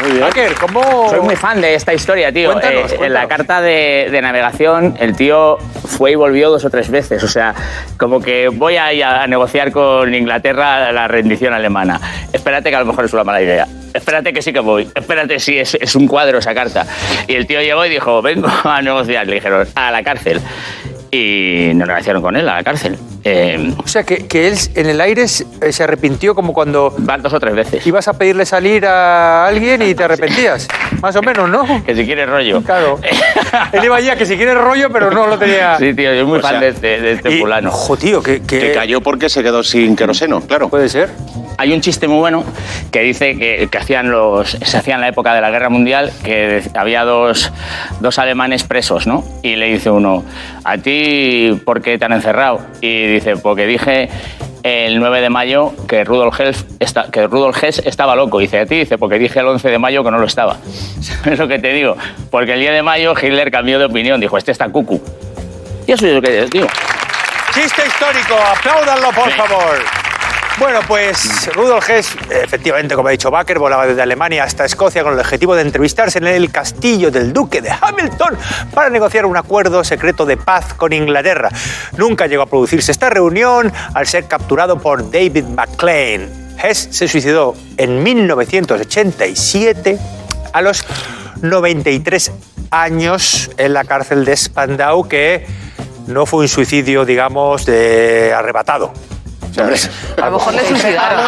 [SPEAKER 6] Muy bien.
[SPEAKER 1] Baker, ¿cómo?
[SPEAKER 3] Soy muy fan de esta historia, tío.
[SPEAKER 1] Oh.
[SPEAKER 3] Eh,
[SPEAKER 1] Cuéntanos,
[SPEAKER 3] En la
[SPEAKER 1] cuéntanos.
[SPEAKER 3] carta de, de navegación, el tío fue y volvió dos o tres veces. O sea, como que voy a, ir a negociar con Inglaterra la rendición alemana. Espérate que a lo mejor es una mala idea. Espérate que sí que voy. Espérate, sí, es, es un cuadro esa carta. Y el tío llegó y dijo, vengo a negociar. Le dijeron, a la cárcel. Y nos negociaron con él, a la cárcel. Eh,
[SPEAKER 1] O sea, que, que él en el aire se eh, se arrepintió como cuando
[SPEAKER 3] van dos o tres veces.
[SPEAKER 1] ibas a pedirle salir a alguien y te arrepentías. Más o menos, ¿no?
[SPEAKER 3] Que si quieres rollo.
[SPEAKER 1] Claro. Él iba ya que si quiere rollo, pero no lo tenía.
[SPEAKER 3] Sí, tío, yo soy muy
[SPEAKER 2] O
[SPEAKER 3] fan
[SPEAKER 2] sea,
[SPEAKER 3] de este, de este
[SPEAKER 1] Y-
[SPEAKER 3] fulano.
[SPEAKER 1] Ojo, tío, que, que-
[SPEAKER 2] Que cayó porque se quedó sin queroseno, claro.
[SPEAKER 1] Puede ser.
[SPEAKER 3] Hay un chiste muy bueno que dice que, que hacían los, se hacía en la época de la Guerra Mundial, que había dos, dos alemanes presos, ¿no? Y le dice uno, ¿a ti por qué te han encerrado? Y dice, porque dije el 9 de mayo que Rudolf Hess, esta- que Rudolf Hess estaba loco. Y dice, ¿a ti? Dice, porque dije el 11 de mayo que no lo estaba. ¿Sabes lo que te digo? Porque el 10 de mayo Hitler cambió de opinión, dijo, este está cucu. Y eso es lo que digo.
[SPEAKER 1] Chiste histórico, apláudanlo, por favor. Bueno, pues Rudolf Hess, efectivamente, como ha dicho Baker, volaba desde Alemania hasta Escocia con el objetivo de entrevistarse en el castillo del duque de Hamilton para negociar un acuerdo secreto de paz con Inglaterra. Nunca llegó a producirse esta reunión al ser capturado por David McLean. Hess se suicidó en 1987 a los 93 años en la cárcel de Spandau, que no fue un suicidio, digamos, de arrebatado.
[SPEAKER 2] ¿sabes?
[SPEAKER 4] A lo mejor le suicidaron.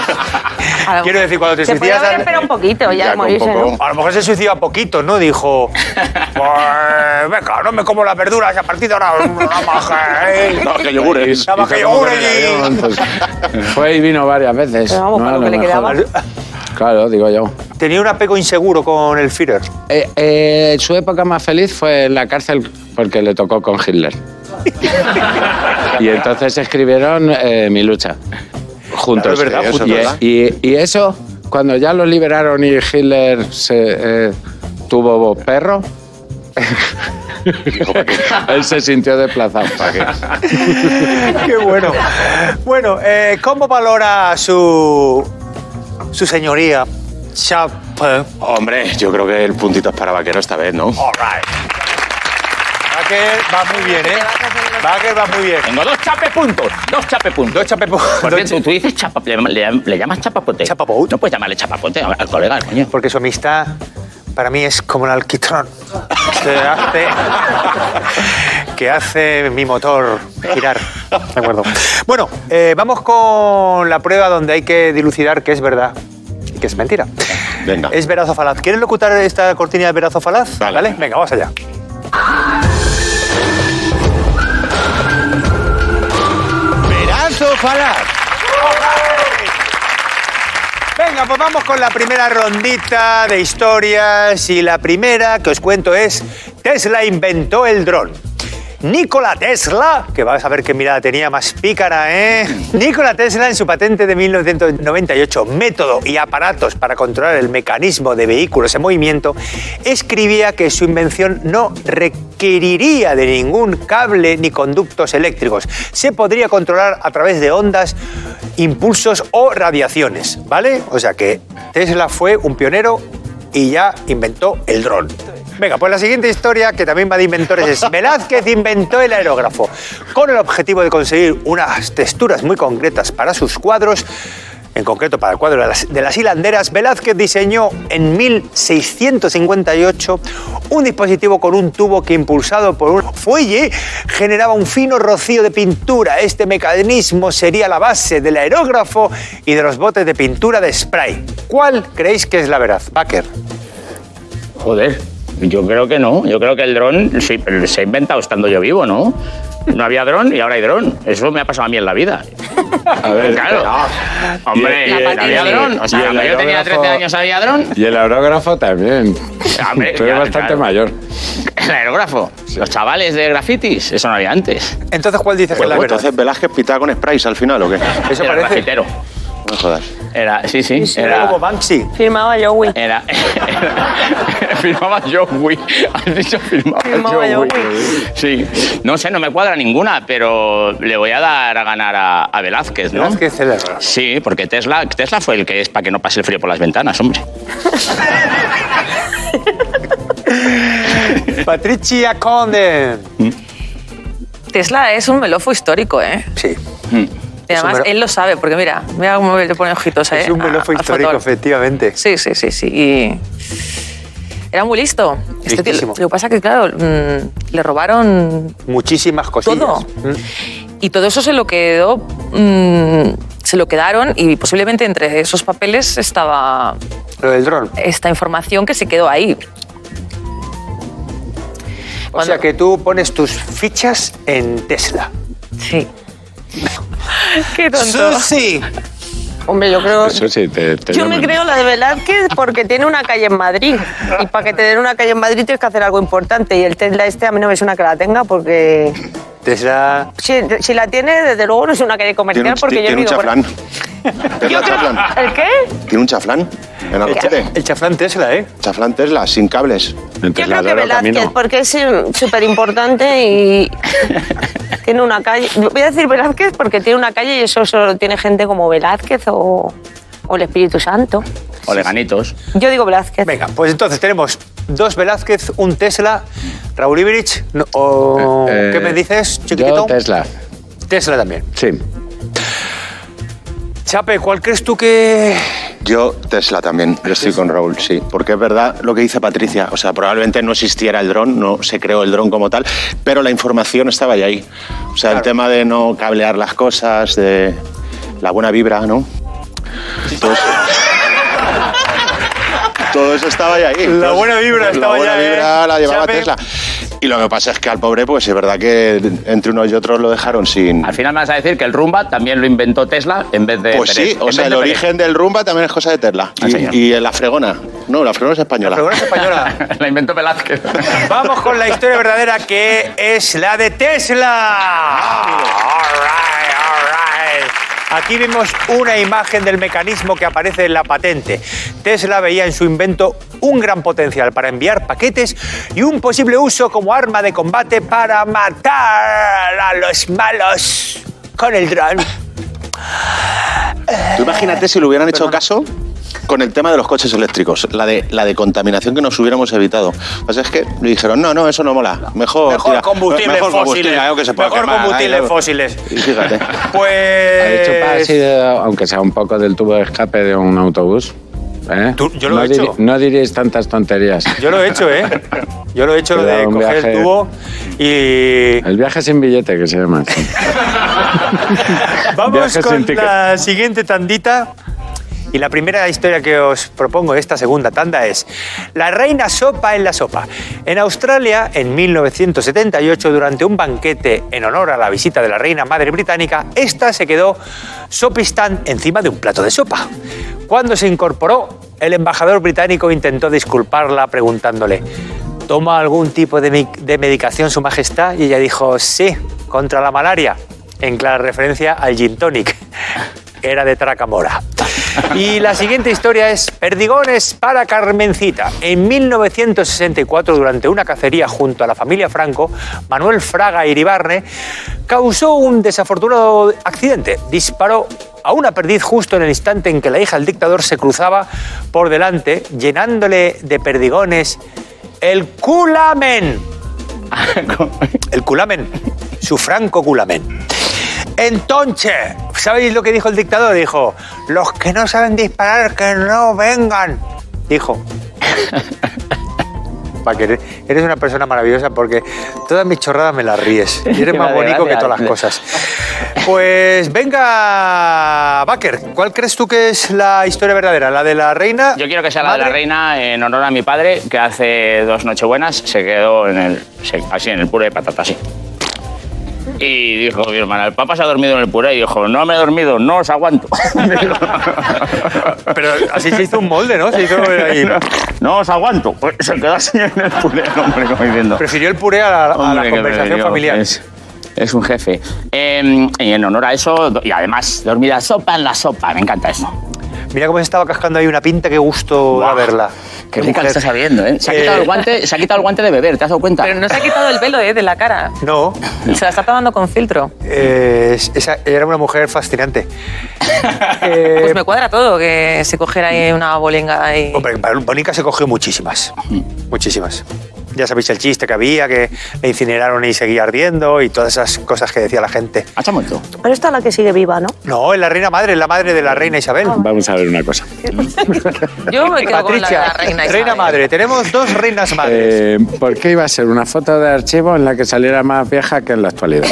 [SPEAKER 4] A lo
[SPEAKER 1] Quiero decir, cuando te
[SPEAKER 5] Se podía
[SPEAKER 1] suicidas...
[SPEAKER 5] haber
[SPEAKER 1] al-
[SPEAKER 5] esperado un poquito ya,
[SPEAKER 2] Ya
[SPEAKER 5] de
[SPEAKER 2] con
[SPEAKER 5] morirse,
[SPEAKER 2] poco.
[SPEAKER 5] ¿no?
[SPEAKER 1] A lo mejor se suicida poquito, ¿no? Dijo, pues, venga, no me como las verduras, a partir de ahora nada más eh". que-
[SPEAKER 2] No, que yogures.
[SPEAKER 1] nada más que yogures y-
[SPEAKER 6] pues, Fue y vino varias veces.
[SPEAKER 5] Pero vamos,
[SPEAKER 6] No,
[SPEAKER 5] para
[SPEAKER 6] a
[SPEAKER 5] lo que le
[SPEAKER 6] mejor. Claro, digo yo.
[SPEAKER 1] Tenía un apego inseguro con el Führer.
[SPEAKER 6] Eh, eh, su época más feliz fue en la cárcel porque le tocó con Hitler. Y entonces escribieron eh, Mi lucha.
[SPEAKER 2] Claro,
[SPEAKER 6] juntos.
[SPEAKER 2] es verdad,
[SPEAKER 6] Y-
[SPEAKER 2] justo, ¿verdad?
[SPEAKER 6] y, y eso, cuando ya lo liberaron y Hitler se, eh, tuvo perro, él se sintió desplazado.
[SPEAKER 1] Qué bueno. Bueno, eh, ¿cómo valora su, su señoría? Chapin.
[SPEAKER 2] Hombre, yo creo que el puntito es para vaquero esta vez, ¿no?
[SPEAKER 1] All right. Vaquer va muy bien, ¿eh? Vaquer va muy bien.
[SPEAKER 3] Tengo dos chapepuntos, dos chapepuntos.
[SPEAKER 1] Dos chapepo-
[SPEAKER 3] Por
[SPEAKER 1] dos
[SPEAKER 3] cierto, Pues tú, dices chapa, le, le- le llamas chapapote.
[SPEAKER 1] Chapapote.
[SPEAKER 3] No puedes llamarle chapapote al colega, coño.
[SPEAKER 1] Porque su amistad para mí es como el alquitrón que hace, que hace mi motor girar. De acuerdo. Bueno, eh, vamos con la prueba donde hay que dilucidar que es verdad y que es mentira.
[SPEAKER 2] Venga.
[SPEAKER 1] Es veraz o falaz. ¿Quieres locutar esta cortina de veraz o falaz?
[SPEAKER 2] Vale.
[SPEAKER 1] Venga, vamos allá.
[SPEAKER 2] ¡Veraz o falaz!
[SPEAKER 1] Venga, pues vamos con la primera rondita de historias y la primera que os cuento es Tesla inventó el dron. Nikola Tesla, que vas a ver qué mirada tenía más pícara, ¿eh? Nikola Tesla en su patente de 1998, método y aparatos para controlar el mecanismo de vehículos en movimiento, escribía que su invención no requeriría de ningún cable ni conductos eléctricos. Se podría controlar a través de ondas, impulsos o radiaciones, ¿vale? O sea que Tesla fue un pionero y ya inventó el dron. Venga, pues la siguiente historia, que también va de inventores, es Velázquez inventó el aerógrafo. Con el objetivo de conseguir unas texturas muy concretas para sus cuadros, en concreto para el cuadro de las, de las hilanderas, Velázquez diseñó en 1658 un dispositivo con un tubo que impulsado por un fuelle generaba un fino rocío de pintura. Este mecanismo sería la base del aerógrafo y de los botes de pintura de spray. ¿Cuál creéis que es la verdad, Packer?
[SPEAKER 3] Joder, yo creo que no. Yo creo que el dron sí, pero se ha inventado estando yo vivo, ¿no? No había dron y ahora hay dron. Eso me ha pasado a mí en la vida.
[SPEAKER 6] A ver,
[SPEAKER 3] Claro. Hombre,
[SPEAKER 6] Y- y-
[SPEAKER 3] había
[SPEAKER 6] y-
[SPEAKER 3] dron. O
[SPEAKER 6] y
[SPEAKER 3] sea,
[SPEAKER 6] el
[SPEAKER 3] cuando yo tenía
[SPEAKER 6] aerógrafo-
[SPEAKER 3] 13 años había dron.
[SPEAKER 6] Y el aerógrafo también.
[SPEAKER 3] Hombre,
[SPEAKER 6] Tú eres
[SPEAKER 3] ya,
[SPEAKER 6] bastante
[SPEAKER 3] claro.
[SPEAKER 6] mayor.
[SPEAKER 3] El aerógrafo. Los chavales de grafitis. Eso no había antes.
[SPEAKER 1] Entonces, ¿cuál dices que es la verdad?
[SPEAKER 2] Pues entonces Velázquez pitaba con sprays al final, ¿o qué?
[SPEAKER 1] Eso
[SPEAKER 3] Pues era
[SPEAKER 1] parece.
[SPEAKER 3] grafitero.
[SPEAKER 2] No jodas.
[SPEAKER 3] Era, sí, sí.
[SPEAKER 1] Era
[SPEAKER 3] Era,
[SPEAKER 1] como Banksy.
[SPEAKER 5] Firmaba Joey.
[SPEAKER 3] Era. firmaba John Wick. Has dicho firmaba,
[SPEAKER 5] Firmaba
[SPEAKER 3] John,
[SPEAKER 5] John
[SPEAKER 3] Wick. Sí. No sé, no me cuadra ninguna, pero le voy a dar a ganar a, a Velázquez, ¿no?
[SPEAKER 1] Velázquez es la verdad.
[SPEAKER 3] Sí, porque Tesla, Tesla fue el que es para que no pase el frío por las ventanas, hombre.
[SPEAKER 1] Patricia Conde.
[SPEAKER 4] Tesla es un melofo histórico, ¿eh?
[SPEAKER 1] Sí.
[SPEAKER 4] Y
[SPEAKER 1] Es un
[SPEAKER 4] además
[SPEAKER 1] melo-
[SPEAKER 4] él lo sabe, porque mira, mira cómo le pone ojitos, ¿eh?
[SPEAKER 1] Es un
[SPEAKER 4] a-
[SPEAKER 1] melofo
[SPEAKER 4] al
[SPEAKER 1] histórico,
[SPEAKER 4] fotón.
[SPEAKER 1] efectivamente.
[SPEAKER 4] Sí, sí, sí, sí. Y era muy listo. Este tío-
[SPEAKER 1] Listísimo.
[SPEAKER 4] lo que pasa es que, claro, mm, le robaron
[SPEAKER 1] Muchísimas cosillas.
[SPEAKER 4] todo.
[SPEAKER 1] Mm.
[SPEAKER 4] Y todo eso se lo quedó. mm, se lo quedaron y posiblemente entre esos papeles estaba
[SPEAKER 1] Lo del dron.
[SPEAKER 4] esta información que se quedó ahí.
[SPEAKER 1] O sea que tú pones tus fichas en Tesla.
[SPEAKER 4] Sí. Qué tonto.
[SPEAKER 1] Susi.
[SPEAKER 5] Hombre, yo creo.
[SPEAKER 6] Eso sí, te, te
[SPEAKER 5] Yo me
[SPEAKER 6] llaman.
[SPEAKER 5] creo la de Velázquez porque tiene una calle en Madrid. Y para que te den una calle en Madrid tienes que hacer algo importante. Y el Tesla este a mí no me suena que la tenga porque.
[SPEAKER 1] Tesla.
[SPEAKER 5] Si, si la tiene, desde luego no es una calle
[SPEAKER 2] Tiene
[SPEAKER 5] comercial
[SPEAKER 2] un,
[SPEAKER 5] porque yo
[SPEAKER 2] tiene un
[SPEAKER 5] digo. por-
[SPEAKER 2] chaflán. Tesla chaflán.
[SPEAKER 5] ¿El qué?
[SPEAKER 2] ¿Tiene un chaflán? En Albacete.
[SPEAKER 1] El chaflán Tesla, ¿eh?
[SPEAKER 2] Chaflán Tesla, sin cables.
[SPEAKER 5] Yo
[SPEAKER 6] Entonces,
[SPEAKER 5] creo que
[SPEAKER 6] ladrón
[SPEAKER 5] Velázquez,
[SPEAKER 6] camino.
[SPEAKER 5] porque es súper importante y tiene una calle. Voy a decir Velázquez porque tiene una calle y eso solo tiene gente como Velázquez o, o el Espíritu Santo.
[SPEAKER 3] O leganitos.
[SPEAKER 5] Yo digo Velázquez.
[SPEAKER 1] Venga, pues entonces tenemos dos Velázquez, un Tesla, Raúl Ibrich. no- o-
[SPEAKER 6] Eh,
[SPEAKER 1] ¿Qué me dices, chiquitito?
[SPEAKER 6] Yo, Tesla.
[SPEAKER 1] Tesla también.
[SPEAKER 6] Sí.
[SPEAKER 1] Chape, ¿cuál crees tú que.?
[SPEAKER 2] Yo, Tesla también. Yo estoy con Raúl, sí. Porque es verdad lo que dice Patricia. O sea, probablemente no existiera el dron, no se creó el dron como tal, pero la información estaba ya ahí. O sea, el tema de no cablear las cosas, de la buena vibra, ¿no? Todo eso, todo eso estaba ya ahí.
[SPEAKER 1] La buena vibra
[SPEAKER 2] la
[SPEAKER 1] estaba
[SPEAKER 2] buena
[SPEAKER 1] ya, ¿eh?
[SPEAKER 2] vibra la llevaba
[SPEAKER 1] Chape.
[SPEAKER 2] Tesla. Y lo que pasa es que al pobre, pues es verdad que entre unos y otros lo dejaron sin...
[SPEAKER 3] Al final me vas a decir que el rumba también lo inventó Tesla en vez de.
[SPEAKER 2] Pues sí,
[SPEAKER 3] Pérez.
[SPEAKER 2] o
[SPEAKER 3] En
[SPEAKER 2] sea,
[SPEAKER 3] vez de Pérez.
[SPEAKER 2] el origen del rumba también es cosa de Tesla.
[SPEAKER 3] Ah, señor.
[SPEAKER 2] Y, y la fregona. No, la fregona es española.
[SPEAKER 1] Pero es española.
[SPEAKER 3] La inventó Velázquez.
[SPEAKER 1] Vamos con la historia verdadera que es la de Tesla. All right, all right. Aquí vimos una imagen del mecanismo que aparece en la patente. Tesla veía en su invento un gran potencial para enviar paquetes y un posible uso como arma de combate para matar a los malos con el dron.
[SPEAKER 2] Tú imagínate si le hubieran hecho caso con el tema de los coches eléctricos, la de, la de contaminación que nos hubiéramos evitado. O sea, es que le dijeron, no, no, eso no mola. Mejor,
[SPEAKER 1] Mejor
[SPEAKER 2] tira-
[SPEAKER 1] combustibles
[SPEAKER 2] mejor
[SPEAKER 1] fósiles.
[SPEAKER 2] combustible, algo que se pueda
[SPEAKER 1] Mejor
[SPEAKER 2] quemar,
[SPEAKER 1] combustibles
[SPEAKER 2] algo".
[SPEAKER 1] fósiles.
[SPEAKER 2] Y fíjate.
[SPEAKER 1] Pues.
[SPEAKER 6] Ha hecho pase, de- aunque sea un poco del tubo de escape de un autobús. ¿eh?
[SPEAKER 1] Tú- yo lo
[SPEAKER 6] no
[SPEAKER 1] he hecho.
[SPEAKER 6] no diréis tantas tonterías.
[SPEAKER 1] Yo lo he hecho, ¿eh? Yo lo he hecho
[SPEAKER 6] Te da
[SPEAKER 1] de
[SPEAKER 6] un
[SPEAKER 1] coger el
[SPEAKER 6] viaje.
[SPEAKER 1] tubo y.
[SPEAKER 6] El viaje sin billete, que se llama.
[SPEAKER 1] Vamos
[SPEAKER 6] Viaje
[SPEAKER 1] con
[SPEAKER 6] sin ticket.
[SPEAKER 1] la siguiente tandita. Y la primera historia que os propongo de esta segunda tanda es La reina sopa en la sopa. En Australia, en 1978, durante un banquete en honor a la visita de la reina madre británica, esta se quedó sopistán encima de un plato de sopa. Cuando se incorporó, el embajador británico intentó disculparla preguntándole ¿Toma algún tipo de, mi- de medicación su majestad? Y ella dijo, sí, contra la malaria, en clara referencia al gin tonic. Era de Tracamora. Y la siguiente historia es Perdigones para Carmencita. En 1964, durante una cacería junto a la familia Franco, Manuel Fraga Iribarne causó un desafortunado accidente. Disparó a una perdiz justo en el instante en que la hija del dictador se cruzaba por delante, llenándole de perdigones el culamen. El culamen. Su franco culamen. Entonces, ¿sabéis lo que dijo el dictador? Dijo, los que no saben disparar, que no vengan. Dijo. Paquer, eres una persona maravillosa porque todas mis chorradas me las ríes. Y eres
[SPEAKER 3] Que
[SPEAKER 1] más
[SPEAKER 3] vale,
[SPEAKER 1] bonito que
[SPEAKER 3] gracias.
[SPEAKER 1] todas las cosas. Pues venga, Baker, ¿cuál crees tú que es la historia verdadera? ¿La de la reina?
[SPEAKER 3] Yo quiero que sea la de la
[SPEAKER 1] madre?
[SPEAKER 3] reina en honor a mi padre, que hace dos nochebuenas se quedó en el, se- así, en el puré de patata, así. Y dijo mi hermana, el papá se ha dormido en el puré. Y dijo, no me he dormido, no os aguanto.
[SPEAKER 1] Pero así se hizo un molde, ¿no? Se hizo ahí.
[SPEAKER 3] no os aguanto. Pues se quedó así en el puré, el hombre, como diciendo.
[SPEAKER 1] Prefirió el puré a la, a la
[SPEAKER 3] Hombre, qué
[SPEAKER 1] conversación
[SPEAKER 3] perdido.
[SPEAKER 1] familiar.
[SPEAKER 3] Es, es un jefe. Eh, y en honor a eso, do- y además, dormida sopa en la sopa, me encanta eso.
[SPEAKER 1] Mira cómo se estaba cascando ahí una pinta, qué gusto da
[SPEAKER 3] Guau,
[SPEAKER 1] verla.
[SPEAKER 3] Qué rica
[SPEAKER 1] mujer.
[SPEAKER 3] lo estás sabiendo, ¿eh? Se ha, quitado
[SPEAKER 1] Eh.
[SPEAKER 3] el guante, se ha quitado el guante de beber, ¿te has dado cuenta?
[SPEAKER 4] Pero no se ha quitado el velo eh, de la cara.
[SPEAKER 1] No,
[SPEAKER 4] Se la está tomando con filtro.
[SPEAKER 1] eh, es- esa, era una mujer fascinante. Eh,
[SPEAKER 4] Pues me cuadra todo que se cogiera ahí una bolinga ahí.
[SPEAKER 1] hombre, para Bonica se cogió muchísimas, muchísimas. Ya sabéis el chiste que había, que le incineraron y seguía ardiendo y todas esas cosas que decía la gente.
[SPEAKER 3] ¿Has muerto?
[SPEAKER 5] Pero esta es la que sigue viva, ¿no?
[SPEAKER 1] No, es la reina madre, es la madre de la reina Isabel.
[SPEAKER 3] Ah,
[SPEAKER 6] Vamos a ver una cosa.
[SPEAKER 4] Yo me quedo con la, de
[SPEAKER 1] Patricia,
[SPEAKER 4] la reina Isabel.
[SPEAKER 1] madre, tenemos dos reinas madres.
[SPEAKER 6] Eh, ¿Por qué iba a ser una foto de archivo en la que saliera más vieja que en la actualidad?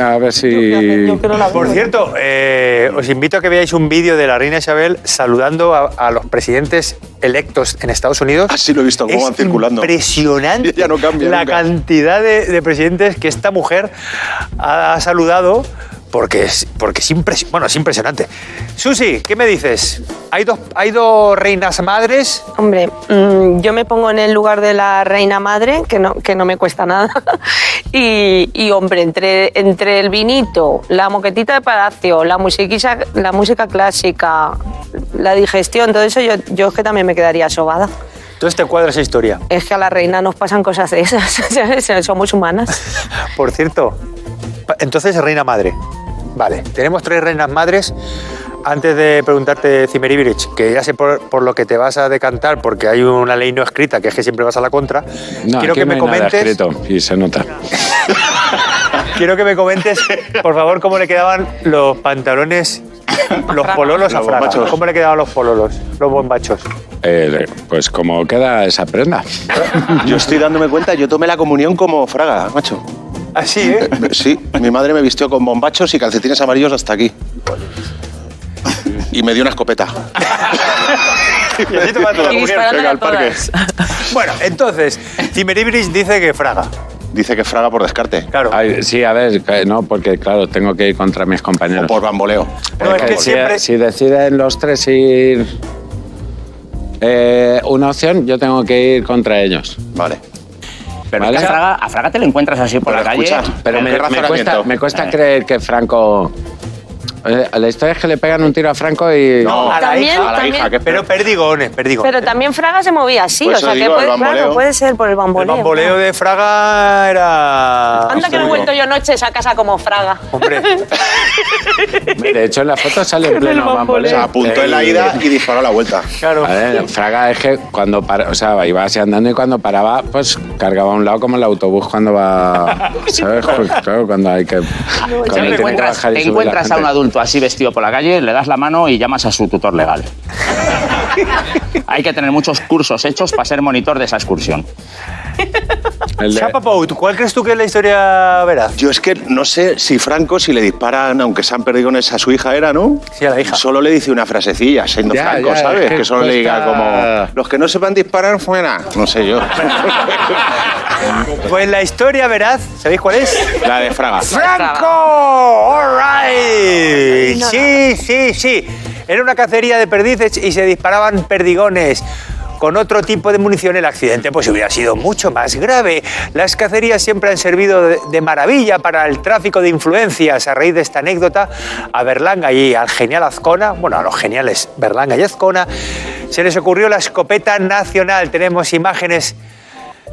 [SPEAKER 6] A ver si...
[SPEAKER 5] Yo creo la
[SPEAKER 1] Por
[SPEAKER 5] viva.
[SPEAKER 1] cierto, eh, os invito a que veáis un vídeo de la reina Isabel saludando a, a los presidentes electos en Estados Unidos.
[SPEAKER 2] Así Ah, lo he visto, cómo
[SPEAKER 1] Es
[SPEAKER 2] van circulando.
[SPEAKER 1] Impresionante
[SPEAKER 2] Ya no cambia
[SPEAKER 1] la
[SPEAKER 2] nunca.
[SPEAKER 1] cantidad de, de presidentes que esta mujer ha, ha saludado. Porque es, porque es, impres- bueno, es impresionante. Susi, ¿qué me dices? ¿Hay dos, ¿Hay dos reinas madres?
[SPEAKER 5] Hombre, mm, yo me pongo en el lugar de la reina madre, que no, que no me cuesta nada. Y, y, hombre, entre, entre el vinito, la moquetita de palacio, la, musiquisa, la música clásica, la digestión, todo eso, yo, yo es que también me quedaría sobada.
[SPEAKER 1] Entonces te cuadra esa este historia.
[SPEAKER 5] Es que a la reina nos pasan cosas de esas, ¿sabes? somos humanas.
[SPEAKER 1] Por cierto, pa- entonces reina madre. Vale, tenemos tres reinas madres. Antes de preguntarte, Cimeribirich, que ya sé por, por lo que te vas a decantar, porque hay una ley no escrita, que es que siempre vas a la contra,
[SPEAKER 6] No,
[SPEAKER 1] quiero
[SPEAKER 6] aquí
[SPEAKER 1] que
[SPEAKER 6] no
[SPEAKER 1] me
[SPEAKER 6] hay nada
[SPEAKER 1] comentes,
[SPEAKER 6] escrito y se nota.
[SPEAKER 1] quiero que me comentes, por favor, cómo le quedaban los pantalones, los pololos a
[SPEAKER 2] Los
[SPEAKER 1] Fraga.
[SPEAKER 2] bombachos.
[SPEAKER 1] ¿Cómo le quedaban los pololos, los bombachos?
[SPEAKER 6] Eh, pues como queda esa prenda.
[SPEAKER 2] Yo estoy dándome cuenta, yo tomé la comunión como fraga, macho.
[SPEAKER 1] Así, ¿eh?
[SPEAKER 2] Sí, mi madre me vistió con bombachos y calcetines amarillos hasta aquí. Y me dio una escopeta.
[SPEAKER 1] Y así te mata la
[SPEAKER 4] Y
[SPEAKER 1] mujer.
[SPEAKER 4] disparándole
[SPEAKER 2] pega
[SPEAKER 4] a
[SPEAKER 2] al parque.
[SPEAKER 4] todas.
[SPEAKER 1] Bueno, entonces, Cimeribirich dice que Fraga.
[SPEAKER 2] Dice que fraga por descarte.
[SPEAKER 1] Claro.
[SPEAKER 6] Ay, sí, a ver, que- no, porque claro, tengo que ir contra mis
[SPEAKER 2] O
[SPEAKER 6] compañeros.
[SPEAKER 2] por bamboleo.
[SPEAKER 1] No, es
[SPEAKER 6] Porque
[SPEAKER 1] que
[SPEAKER 6] si,
[SPEAKER 1] siempre-
[SPEAKER 6] si deciden los tres ir eh, una opción, yo tengo que ir contra ellos.
[SPEAKER 2] Vale.
[SPEAKER 3] Pero
[SPEAKER 6] ¿Vale?
[SPEAKER 3] es que a, Fraga, a Fraga te lo encuentras así por
[SPEAKER 2] Pero
[SPEAKER 3] la calle.
[SPEAKER 2] escucha,
[SPEAKER 6] Pero
[SPEAKER 2] ¿Con
[SPEAKER 6] me,
[SPEAKER 2] qué
[SPEAKER 6] me cuesta,
[SPEAKER 2] razonamiento?
[SPEAKER 6] me cuesta creer que Franco. Eh, La historia es que le pegan un tiro a Franco y.
[SPEAKER 2] No,
[SPEAKER 1] a la
[SPEAKER 5] También,
[SPEAKER 1] hija,
[SPEAKER 2] a la
[SPEAKER 5] también.
[SPEAKER 2] hija, que es
[SPEAKER 1] Pero
[SPEAKER 2] peor.
[SPEAKER 1] perdigones, perdigones.
[SPEAKER 5] Pero también Fraga se movía así,
[SPEAKER 2] eh, Por
[SPEAKER 5] o
[SPEAKER 2] eso
[SPEAKER 5] sea que
[SPEAKER 2] digo, el
[SPEAKER 5] puede,
[SPEAKER 2] bamboleo.
[SPEAKER 5] claro, puede ser por el
[SPEAKER 1] el
[SPEAKER 5] bamboleo.
[SPEAKER 1] bamboleo de Fraga era...
[SPEAKER 5] Anda que no he vuelto yo noches a casa como Fraga.
[SPEAKER 1] Hombre,
[SPEAKER 6] De hecho, en la foto sale en pleno
[SPEAKER 2] O
[SPEAKER 6] bamboleo.
[SPEAKER 2] sea, apuntó en la
[SPEAKER 6] El-
[SPEAKER 2] ida y disparó a la vuelta.
[SPEAKER 1] claro.
[SPEAKER 6] A ver, Fraga es que cuando para, o sea, iba así andando y cuando paraba, pues cargaba a un lado como el autobús cuando va, ¿sabes? Pues, claro, cuando hay que... cuando
[SPEAKER 3] Te
[SPEAKER 6] tiene que
[SPEAKER 3] encuentras,
[SPEAKER 6] bajar y
[SPEAKER 3] te
[SPEAKER 6] subir la
[SPEAKER 3] encuentras a
[SPEAKER 6] gente.
[SPEAKER 3] un adulto así vestido por la calle, le das la mano y llamas a su tutor legal. Hay que tener muchos cursos hechos para ser monitor de esa excursión.
[SPEAKER 6] El de-
[SPEAKER 1] Chapa Pou, ¿tú ¿cuál crees tú que es la historia veraz?
[SPEAKER 2] Yo es que no sé si Franco, si le disparan, aunque sean perdigones a su hija, era, ¿no?
[SPEAKER 1] Sí, a la hija.
[SPEAKER 2] Solo le dice una frasecilla, siendo
[SPEAKER 6] Ya,
[SPEAKER 2] Franco,
[SPEAKER 6] ya,
[SPEAKER 2] ¿sabes?
[SPEAKER 6] es que
[SPEAKER 2] Que solo le diga
[SPEAKER 6] cuesta-
[SPEAKER 2] como, los que no sepan disparar, fuera. No sé yo.
[SPEAKER 1] Pues la historia veraz, ¿sabéis cuál es?
[SPEAKER 2] la de Fraga.
[SPEAKER 1] ¡Franco! All right. Sí, sí, sí. Era una cacería de perdices y se disparaban perdigones. Con otro tipo de munición el accidente pues hubiera sido mucho más grave. Las cacerías siempre han servido de, de maravilla para el tráfico de influencias. A raíz de esta anécdota, a Berlanga y al genial Azcona, bueno, a los geniales Berlanga y Azcona, se les ocurrió la escopeta nacional. Tenemos imágenes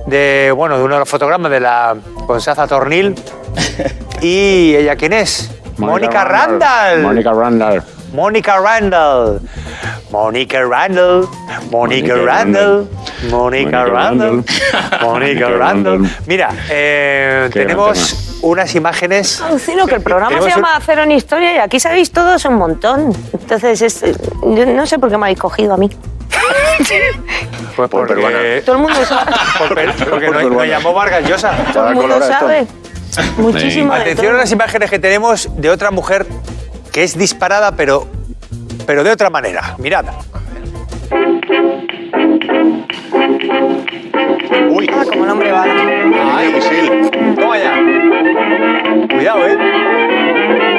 [SPEAKER 1] de, bueno, de uno de los fotogramas de la Constanza Tornil. ¿Y ella quién es? Mónica Randall.
[SPEAKER 6] Mónica Randall.
[SPEAKER 1] Mónica Randall. Mónica Randall. Mónica
[SPEAKER 6] Mónica
[SPEAKER 1] Randall.
[SPEAKER 6] Randall.
[SPEAKER 1] Mónica
[SPEAKER 6] Mónica
[SPEAKER 1] Randall. Mónica
[SPEAKER 6] Mónica
[SPEAKER 1] Randall.
[SPEAKER 6] Randall.
[SPEAKER 1] Mira, eh,
[SPEAKER 6] Qué gran
[SPEAKER 1] tenemos unas imágenes.
[SPEAKER 5] Alucino Ah, que el programa se
[SPEAKER 1] Tenemos
[SPEAKER 5] llama Cero en Historia y aquí sabéis todos un montón. Entonces, es, yo no sé por qué me habéis cogido a mí.
[SPEAKER 1] Pues
[SPEAKER 2] Por peruana.
[SPEAKER 5] Todo el mundo sabe.
[SPEAKER 1] por per- porque
[SPEAKER 2] Por
[SPEAKER 1] nos- nos
[SPEAKER 2] peruana.
[SPEAKER 1] llamó Vargas Llosa.
[SPEAKER 5] todo el
[SPEAKER 2] Para
[SPEAKER 5] mundo
[SPEAKER 2] colorar esto.
[SPEAKER 5] sabe. Muchísimo. de
[SPEAKER 1] Atención
[SPEAKER 5] todo.
[SPEAKER 1] a las imágenes que tenemos de otra mujer que es disparada, pero, pero de otra manera. Mirad.
[SPEAKER 2] Uy,
[SPEAKER 5] Ah, como el hombre bala.
[SPEAKER 2] ay, misil.
[SPEAKER 1] Toma ya. Cuidado, eh.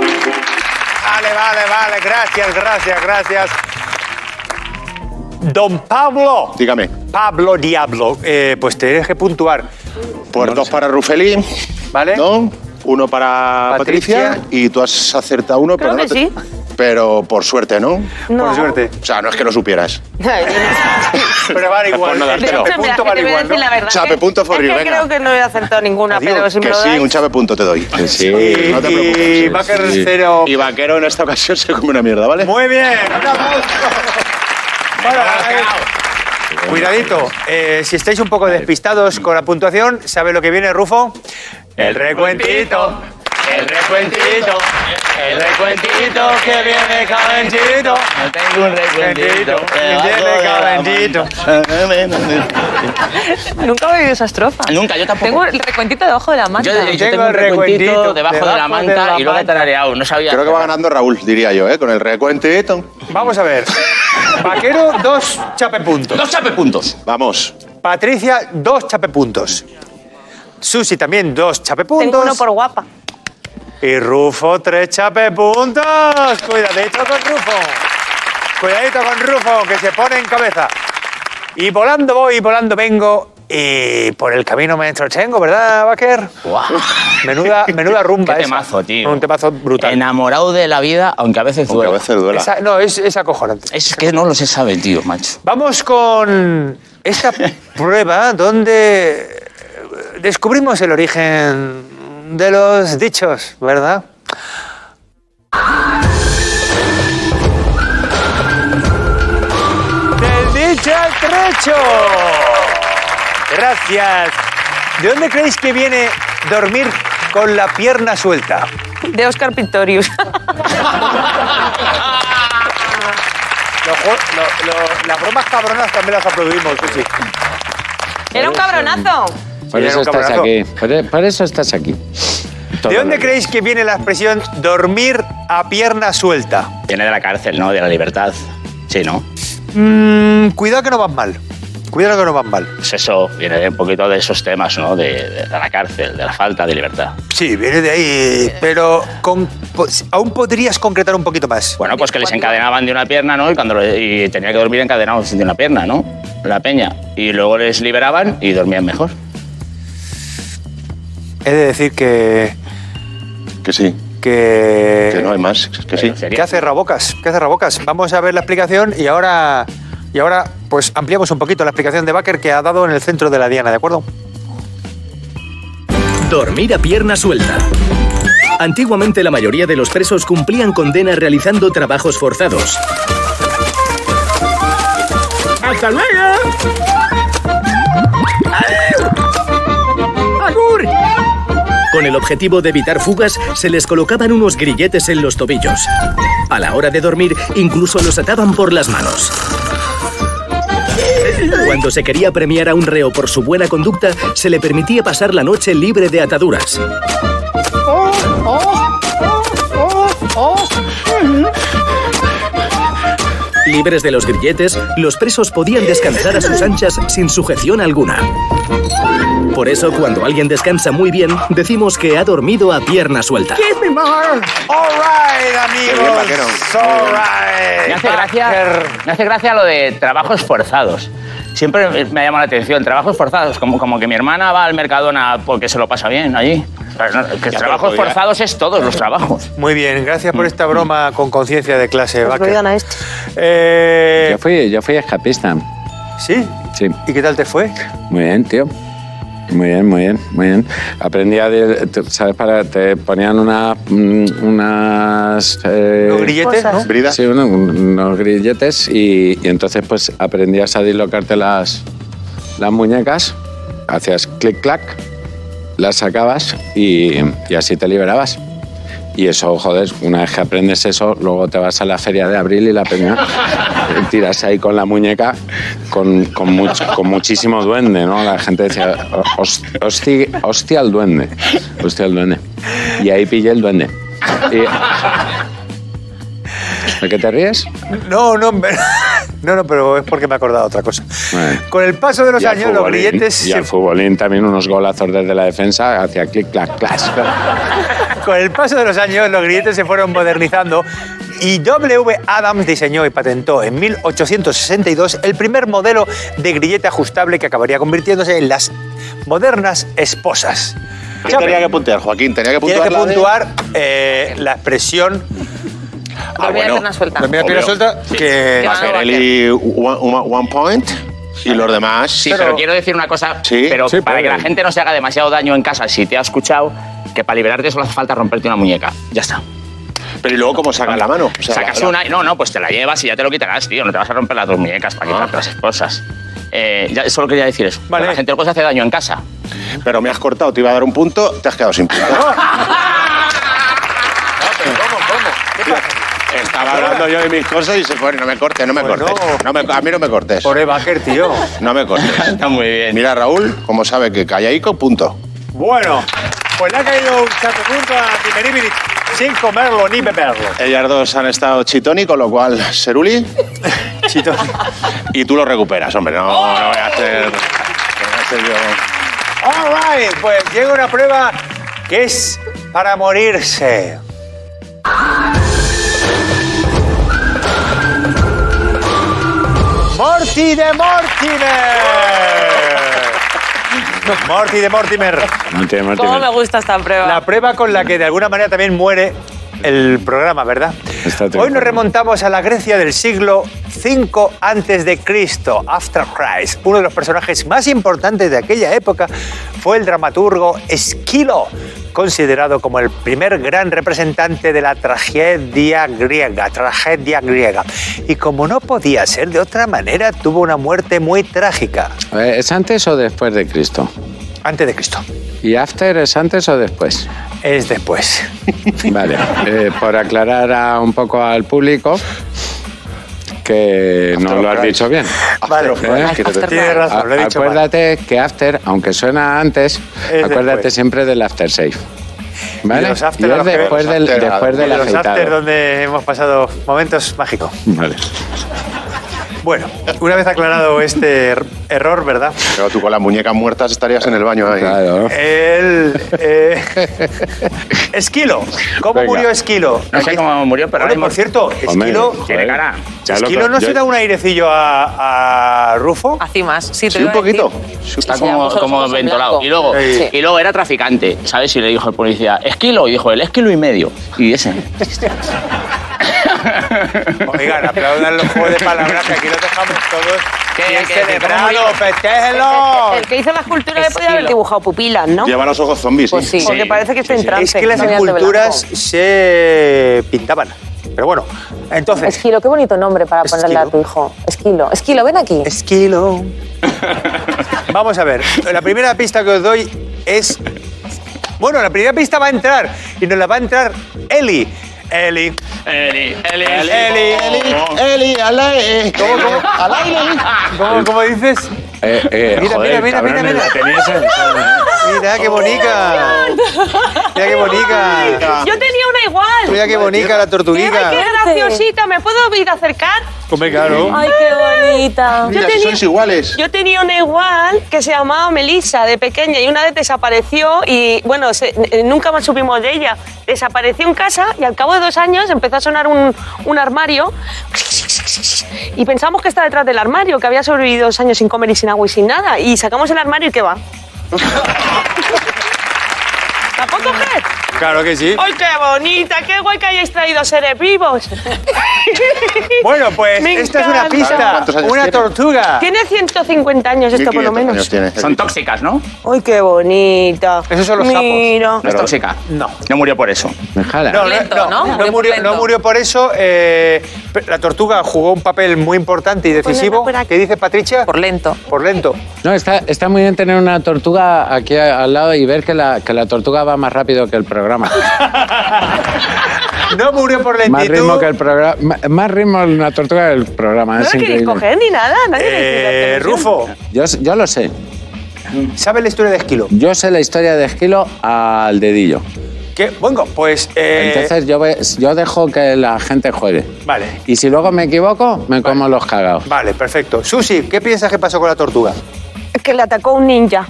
[SPEAKER 1] Vale, vale, vale. Gracias, gracias, gracias. Don Pablo.
[SPEAKER 2] Dígame,
[SPEAKER 1] Pablo Diablo. eh, pues tienes que puntuar.
[SPEAKER 2] pues dos para Rufelí,
[SPEAKER 1] ¿Vale?
[SPEAKER 2] ¿no? Uno para
[SPEAKER 1] Patricia.
[SPEAKER 2] Patricia. y tú has acertado uno,
[SPEAKER 5] Creo
[SPEAKER 2] pero no
[SPEAKER 5] que
[SPEAKER 2] te-
[SPEAKER 5] sí.
[SPEAKER 2] Pero por suerte, ¿no?
[SPEAKER 5] No.
[SPEAKER 1] Por suerte.
[SPEAKER 2] O sea, no es que lo supieras.
[SPEAKER 5] Pues
[SPEAKER 1] Pero vale igual.
[SPEAKER 2] Pues nada,
[SPEAKER 1] el
[SPEAKER 2] espera.
[SPEAKER 1] chape
[SPEAKER 5] Mira,
[SPEAKER 1] punto
[SPEAKER 5] que
[SPEAKER 1] vale
[SPEAKER 5] te voy a
[SPEAKER 1] igual.
[SPEAKER 5] decir la
[SPEAKER 1] ¿no?
[SPEAKER 5] verdad.
[SPEAKER 2] Chape
[SPEAKER 5] que-
[SPEAKER 2] punto for
[SPEAKER 5] es
[SPEAKER 2] you,
[SPEAKER 5] que
[SPEAKER 2] venga.
[SPEAKER 5] creo que no he acertado ninguna,
[SPEAKER 1] Adiós,
[SPEAKER 5] pero si me
[SPEAKER 2] Que
[SPEAKER 5] lo
[SPEAKER 2] sí,
[SPEAKER 5] dais-
[SPEAKER 2] un chave punto te doy.
[SPEAKER 6] Sí.
[SPEAKER 1] Y,
[SPEAKER 2] No te preocupes.
[SPEAKER 1] y va a
[SPEAKER 6] sí,
[SPEAKER 1] caer
[SPEAKER 6] sí.
[SPEAKER 1] Eh, cero.
[SPEAKER 2] Y Vaquero en esta ocasión se come una mierda, ¿vale?
[SPEAKER 1] Muy bien, un aplauso. Bueno, eh, Cuidadito, eh, si estáis un poco despistados con la puntuación, ¿sabe lo que viene, Rufo? El recuentito, el recuentito, el recuentito que viene calentito.
[SPEAKER 9] Tengo un
[SPEAKER 1] Calentito, que viene calentito.
[SPEAKER 4] Nunca he oído esa estrofa.
[SPEAKER 3] Nunca, yo tampoco.
[SPEAKER 4] Tengo el recuentito debajo de la manta.
[SPEAKER 3] Yo, yo
[SPEAKER 1] Tengo
[SPEAKER 3] tengo
[SPEAKER 1] el
[SPEAKER 3] un
[SPEAKER 1] recuentito
[SPEAKER 3] recuentito debajo, de la
[SPEAKER 1] debajo de
[SPEAKER 3] manta
[SPEAKER 1] la
[SPEAKER 3] y lo he
[SPEAKER 1] manta.
[SPEAKER 3] tarareado. No sabía.
[SPEAKER 2] Creo que va ganando Raúl, diría yo, ¿eh? Con el recuentito.
[SPEAKER 1] Vamos a ver. Vaquero, dos chapepuntos.
[SPEAKER 3] Dos chapepuntos.
[SPEAKER 2] Vamos.
[SPEAKER 1] Patricia, dos chapepuntos. Susi también dos chapepuntos.
[SPEAKER 5] Tengo uno por guapa.
[SPEAKER 1] Y Rufo, tres chapepuntos. Cuidadito con Rufo. Cuidadito con Rufo, que se pone en cabeza. Y volando voy, volando vengo. Y por el camino me entretengo, ¿verdad, Baker? Menuda, menuda rumba
[SPEAKER 3] Qué
[SPEAKER 1] esa.
[SPEAKER 3] temazo, tío.
[SPEAKER 1] Un temazo brutal.
[SPEAKER 3] Enamorado de la vida, aunque a veces
[SPEAKER 2] Aunque a
[SPEAKER 3] duela.
[SPEAKER 2] veces duela.
[SPEAKER 1] Esa- no, es, es acojonante.
[SPEAKER 3] Es que no lo se sabe, tío, macho.
[SPEAKER 1] Vamos con esta prueba donde descubrimos el origen de los dichos, ¿verdad? Del dicho al trecho. Gracias. ¿De dónde creéis que viene dormir con la pierna suelta?
[SPEAKER 5] De Oscar Pistorius.
[SPEAKER 1] Los ju- lo- lo- las bromas cabronas también las aplaudimos, sí.
[SPEAKER 5] Era un cabronazo.
[SPEAKER 1] Sí,
[SPEAKER 6] Por
[SPEAKER 1] era
[SPEAKER 6] eso
[SPEAKER 1] un
[SPEAKER 6] estás
[SPEAKER 1] camarazo.
[SPEAKER 6] aquí. Por, e, por eso estás aquí. Todo
[SPEAKER 1] ¿De dónde
[SPEAKER 6] lo-
[SPEAKER 1] creéis que viene la expresión dormir a pierna suelta?
[SPEAKER 3] Viene de la cárcel, ¿no? De la libertad. Sí, ¿no?
[SPEAKER 1] Mm, cuidado que no vas mal. Cuidado que no van mal.
[SPEAKER 9] Pues eso viene de un poquito de esos temas, ¿no? De, de- de la cárcel, de la falta de libertad.
[SPEAKER 1] Sí, viene de ahí, pero con- po- aún podrías concretar un poquito más.
[SPEAKER 9] Bueno, pues que les encadenaban de una pierna, ¿no? Y, cuando lo- y tenía que dormir encadenados de una pierna, ¿no? La peña. Y luego les liberaban y dormían mejor.
[SPEAKER 1] He de decir que...
[SPEAKER 2] Que sí,
[SPEAKER 1] que,
[SPEAKER 2] que no hay más, que sí.
[SPEAKER 1] ¿Qué hace Rabocas? ¿Qué hace Rabocas? Vamos a ver la explicación y ahora, y ahora pues ampliamos un poquito la explicación de Baker que ha dado en el centro de la diana, ¿de acuerdo?
[SPEAKER 10] Dormir a pierna suelta. Antiguamente la mayoría de los presos cumplían condena realizando trabajos forzados.
[SPEAKER 8] ¡Hasta luego! ¡Agur!
[SPEAKER 10] Con el objetivo de evitar fugas, se les colocaban unos grilletes en los tobillos. A la hora de dormir, incluso los ataban por las manos. Cuando se quería premiar a un reo por su buena conducta, se le permitía pasar la noche libre de ataduras. Libres de los grilletes, los presos podían descansar a sus anchas sin sujeción alguna. Por eso, cuando alguien descansa muy bien, decimos que ha dormido a pierna suelta.
[SPEAKER 8] ¡Give me more!
[SPEAKER 1] All right, amigos.
[SPEAKER 2] bien, vaquero.
[SPEAKER 1] All right.
[SPEAKER 3] Me hace, gracia,
[SPEAKER 1] Baker.
[SPEAKER 3] me hace gracia lo de trabajos forzados. Siempre me ha llamado la atención, trabajos forzados, como, como que mi hermana va al Mercadona porque se lo pasa bien allí. Pero no, que trabajos
[SPEAKER 2] podía.
[SPEAKER 3] forzados es todos los trabajos.
[SPEAKER 1] Muy bien, gracias por esta broma con conciencia de clase,
[SPEAKER 5] Os lo
[SPEAKER 1] Baker.
[SPEAKER 5] digan a este.
[SPEAKER 1] Eh,
[SPEAKER 6] Yo fui, yo fui escapista.
[SPEAKER 1] ¿Sí?
[SPEAKER 6] Sí.
[SPEAKER 1] ¿Y qué tal te fue?
[SPEAKER 6] Muy bien, tío. Muy bien, muy bien, muy bien. Aprendí a... dir- tú ¿Sabes? Para, te ponían una, mm, unas... eh,
[SPEAKER 1] Los grilletes,
[SPEAKER 5] Cosas.
[SPEAKER 1] ¿no?
[SPEAKER 2] Brida.
[SPEAKER 6] Sí, uno- unos grilletes y, y entonces pues aprendías a dislocarte las, las muñecas, hacías clic-clac, las sacabas y, y así te liberabas. Y eso, joder, una vez que aprendes eso, luego te vas a la feria de abril y la peña y tiras ahí con la muñeca con, con, much- con muchísimo duende, ¿no? La gente decía, "Host- hosti- hostia el duende, hostia el duende. Y ahí pillé el duende. Y- ¿De qué te ríes?
[SPEAKER 1] No, no, en verdad- no, no, pero es porque me he acordado de otra cosa.
[SPEAKER 2] Eh.
[SPEAKER 6] Bueno.
[SPEAKER 1] Con el paso de los
[SPEAKER 6] Y al
[SPEAKER 1] años, los
[SPEAKER 6] futbolín,
[SPEAKER 1] grilletes,
[SPEAKER 6] Y al
[SPEAKER 1] se-
[SPEAKER 6] futbolín también unos golazos desde la defensa hacia clic, clac, clac.
[SPEAKER 1] con el paso de los años, los grilletes se fueron modernizando y W. Adams diseñó y patentó en 1862 el primer modelo de grillete ajustable que acabaría convirtiéndose en las modernas esposas.
[SPEAKER 2] ¿Qué tenía que puntear, Joaquín? Tenía que
[SPEAKER 1] Tiene
[SPEAKER 2] puntuar.
[SPEAKER 1] que
[SPEAKER 2] la de-
[SPEAKER 1] puntuar eh, la expresión
[SPEAKER 2] Ah,
[SPEAKER 4] Dormir a
[SPEAKER 2] bueno.
[SPEAKER 4] pierna suelta.
[SPEAKER 1] Mira,
[SPEAKER 2] Obvio.
[SPEAKER 1] pierna suelta, que
[SPEAKER 4] Ah, vale.
[SPEAKER 2] Pirelli, one, one- one point. Y los demás, sí.
[SPEAKER 3] Sí, pero, quiero decir una cosa,
[SPEAKER 2] Sí,
[SPEAKER 3] pero
[SPEAKER 6] sí,
[SPEAKER 3] para que
[SPEAKER 6] puede.
[SPEAKER 3] la gente no se haga demasiado daño en casa, si te ha escuchado, que para liberarte solo hace falta romperte una muñeca. Ya está.
[SPEAKER 2] Pero y luego, ¿cómo saca la mano? O sea,
[SPEAKER 3] Sacas
[SPEAKER 2] la-
[SPEAKER 3] una. No, no, pues te la llevas y ya te lo quitarás, tío. No te vas a romper las dos muñecas para quitarte las esposas. Eh, ya, solo quería decir eso.
[SPEAKER 1] Vale.
[SPEAKER 3] Que La gente luego se hace daño en casa.
[SPEAKER 2] Pero me has cortado, te iba a dar un punto, te has quedado sin punto. Estaba hablando yo de mis cosas y se fue, no me cortes, no me
[SPEAKER 1] Pues
[SPEAKER 2] cortes.
[SPEAKER 1] no.
[SPEAKER 2] No me- a mí no me cortes.
[SPEAKER 1] por Ebaker, tío.
[SPEAKER 2] No me cortes.
[SPEAKER 3] Está muy bien.
[SPEAKER 2] Mira, Raúl, como sabe que callaico, punto.
[SPEAKER 1] Bueno, pues le ha caído un chato punto a Timeribiri sin comerlo ni beberlo.
[SPEAKER 2] Ellas dos han estado chitoni, con lo cual, Seruli,
[SPEAKER 1] Chito.
[SPEAKER 2] y tú lo recuperas, hombre. No, no voy a hacer. no voy a hacer yo.
[SPEAKER 1] All right, pues llega una prueba que es para morirse. Morty de Mortimer. Morty de Mortimer.
[SPEAKER 6] Martín, Martín,
[SPEAKER 5] ¿Cómo me gusta esta prueba?
[SPEAKER 1] La prueba con la que de alguna manera también muere el programa, ¿verdad?
[SPEAKER 6] Está triunfando.
[SPEAKER 1] Hoy nos remontamos a la Grecia del siglo V antes de Cristo, After Christ. Uno de los personajes más importantes de aquella época fue el dramaturgo Esquilo, considerado como el primer gran representante de la tragedia griega, tragedia griega. Y como no podía ser de otra manera, tuvo una muerte muy trágica
[SPEAKER 6] Eh, ¿Es antes o después de Cristo?
[SPEAKER 1] antes de Cristo.
[SPEAKER 6] ¿Y after es antes o después?
[SPEAKER 1] Es después.
[SPEAKER 6] Vale, eh, por aclarar a- un poco al público que no
[SPEAKER 2] After
[SPEAKER 6] lo has
[SPEAKER 2] Christ.
[SPEAKER 6] dicho bien.
[SPEAKER 2] Hazlo,
[SPEAKER 6] Vale.
[SPEAKER 2] que te-
[SPEAKER 1] Tienes razón, lo he
[SPEAKER 6] ¿eh? A-
[SPEAKER 1] dicho mal.
[SPEAKER 6] acuérdate que after, aunque suena antes,
[SPEAKER 1] Es
[SPEAKER 6] acuérdate
[SPEAKER 1] después.
[SPEAKER 6] siempre del after safe. ¿Vale?
[SPEAKER 1] Y los after
[SPEAKER 6] Y
[SPEAKER 1] a
[SPEAKER 6] es
[SPEAKER 1] los que-
[SPEAKER 6] después
[SPEAKER 2] los
[SPEAKER 6] del,
[SPEAKER 2] after a-
[SPEAKER 6] después
[SPEAKER 2] y
[SPEAKER 6] del
[SPEAKER 1] de los
[SPEAKER 6] afeitado.
[SPEAKER 1] after donde hemos pasado momentos mágicos.
[SPEAKER 6] Vale.
[SPEAKER 1] Bueno, una vez aclarado este er- error, ¿verdad?
[SPEAKER 2] Pero tú con las muñecas muertas estarías en el baño ahí.
[SPEAKER 6] Claro.
[SPEAKER 1] El. eh, Esquilo. ¿Cómo
[SPEAKER 6] Venga.
[SPEAKER 1] murió Esquilo?
[SPEAKER 9] No sé cómo murió, pero
[SPEAKER 1] Bueno,
[SPEAKER 9] ahora
[SPEAKER 1] por
[SPEAKER 9] mismo
[SPEAKER 1] cierto,
[SPEAKER 6] Hombre,
[SPEAKER 1] Esquilo. eh,
[SPEAKER 6] joder.
[SPEAKER 9] tiene cara.
[SPEAKER 6] Ya lo-
[SPEAKER 1] ¿Esquilo no
[SPEAKER 6] yo-
[SPEAKER 1] se da un airecillo a, a Rufo?
[SPEAKER 5] Ah.
[SPEAKER 4] Así más. Sí,
[SPEAKER 2] Sí,
[SPEAKER 4] te lo
[SPEAKER 2] un
[SPEAKER 4] iba a decir.
[SPEAKER 2] poquito.
[SPEAKER 9] Está
[SPEAKER 4] Sí, ya
[SPEAKER 9] como,
[SPEAKER 4] puso los
[SPEAKER 9] como
[SPEAKER 4] ojos en
[SPEAKER 9] ventolado.
[SPEAKER 4] blanco.
[SPEAKER 9] Y luego,
[SPEAKER 1] Sí.
[SPEAKER 9] y luego era traficante, ¿sabes? Y le dijo el policía, es kilo. Y dijo él, es kilo y medio. Y ese.
[SPEAKER 1] Oigan, aplaudan los juegos de palabras que aquí los dejamos todos.
[SPEAKER 9] ¿Qué,
[SPEAKER 1] Bien
[SPEAKER 9] qué, qué,
[SPEAKER 1] celebrado,
[SPEAKER 9] cómo
[SPEAKER 1] festéjenlo.
[SPEAKER 5] El que hizo las culturas le podía haber
[SPEAKER 4] Estilo.
[SPEAKER 5] dibujado pupilas, ¿no?
[SPEAKER 2] Lleva los ojos zombies.
[SPEAKER 5] Pues sí,
[SPEAKER 2] sí.
[SPEAKER 5] porque parece que está en trance.
[SPEAKER 1] Es que las
[SPEAKER 5] Soñante
[SPEAKER 1] esculturas
[SPEAKER 5] blanco.
[SPEAKER 1] se pintaban. Pero bueno, entonces.
[SPEAKER 11] Esquilo, qué bonito nombre para
[SPEAKER 1] Esquilo.
[SPEAKER 11] ponerle a tu hijo. Esquilo, Esquilo, ven aquí.
[SPEAKER 1] Esquilo. Vamos a ver. La primera pista que os doy es. Bueno, la primera pista va a entrar. Y nos la va a entrar Eli. Eli.
[SPEAKER 9] Eli, Eli,
[SPEAKER 1] Eli. Eli.
[SPEAKER 2] Eli, alae.
[SPEAKER 1] ¿Cómo, cómo? ¿Cómo, cómo dices?
[SPEAKER 6] Eh, eh,
[SPEAKER 1] Mira,
[SPEAKER 6] joder,
[SPEAKER 1] mira, mira,
[SPEAKER 6] cabrones,
[SPEAKER 1] mira,
[SPEAKER 6] la tenías en- ¿eh?
[SPEAKER 1] Mira qué bonita. Mira qué bonita.
[SPEAKER 5] Yo tenía una igual.
[SPEAKER 1] Mira qué bonita la
[SPEAKER 5] Mira,
[SPEAKER 1] tortuguita.
[SPEAKER 5] qué graciosita, ¿me puedo ir a acercar?
[SPEAKER 1] Come claro.
[SPEAKER 11] Ay, qué bonita.
[SPEAKER 2] Mira, si
[SPEAKER 5] tenía-
[SPEAKER 2] sois iguales.
[SPEAKER 5] Yo tenía una igual que se llamaba Melissa de pequeña y una vez desapareció y bueno, se- eh, nunca más supimos de ella. Desapareció en casa y al cabo de dos años empezó a sonar un, un armario y pensamos que estaba detrás del armario, que había sobrevivido dos años sin comer y sin agua y sin nada y sacamos el armario y ¿qué va? ¿La puedo coger?
[SPEAKER 1] Claro que sí.
[SPEAKER 5] ¡Ay, qué bonita! ¡Qué guay que hayáis traído seres vivos!
[SPEAKER 1] Bueno, pues
[SPEAKER 5] Me
[SPEAKER 1] esta es una
[SPEAKER 5] encanta.
[SPEAKER 1] pista.
[SPEAKER 2] ¿Cuántos años
[SPEAKER 1] Una
[SPEAKER 2] tiene?
[SPEAKER 1] tortuga.
[SPEAKER 5] Tiene 150 años esto, por
[SPEAKER 2] 1500
[SPEAKER 5] lo menos.
[SPEAKER 2] años tiene.
[SPEAKER 9] Son tóxicas, ¿no?
[SPEAKER 5] ¡Ay, qué bonita!
[SPEAKER 1] Esos son los sapos.
[SPEAKER 5] Mira.
[SPEAKER 9] No es tóxica.
[SPEAKER 1] No.
[SPEAKER 9] No murió por eso.
[SPEAKER 6] Me jala.
[SPEAKER 1] No,
[SPEAKER 4] Lento,
[SPEAKER 1] no,
[SPEAKER 4] ¿no?
[SPEAKER 1] no,
[SPEAKER 4] Murió
[SPEAKER 1] murió,
[SPEAKER 4] lento.
[SPEAKER 1] no murió por eso. eh, pe- la tortuga jugó un papel muy importante y decisivo.
[SPEAKER 5] por aquí.
[SPEAKER 1] ¿Qué dice Patricia?
[SPEAKER 4] Por lento.
[SPEAKER 1] Por lento.
[SPEAKER 6] No, está, está muy bien tener una tortuga aquí a- al lado y ver que la, que la tortuga va más rápido que el programa.
[SPEAKER 1] No murió por lentitud. Eh,
[SPEAKER 6] Más ritmo que el programa. ma- Más ritmo una tortuga que el programa.
[SPEAKER 5] No
[SPEAKER 6] Es
[SPEAKER 5] la queréis
[SPEAKER 6] increíble.
[SPEAKER 5] coger ni nada. Nadie
[SPEAKER 1] Eh,
[SPEAKER 5] le dice la televisión.
[SPEAKER 1] Rufo,
[SPEAKER 6] Yo, s- yo lo sé.
[SPEAKER 1] ¿sabe la historia de Esquilo?
[SPEAKER 6] Yo sé la historia de Esquilo al dedillo.
[SPEAKER 1] Que, bueno, pues. eh,
[SPEAKER 6] Entonces yo, ve- yo dejo que la gente juegue.
[SPEAKER 1] Vale,
[SPEAKER 6] Y si luego me equivoco, me como los cagados.
[SPEAKER 1] vale, perfecto. Susi, ¿qué piensas que pasó con la tortuga?
[SPEAKER 5] Que le atacó un ninja.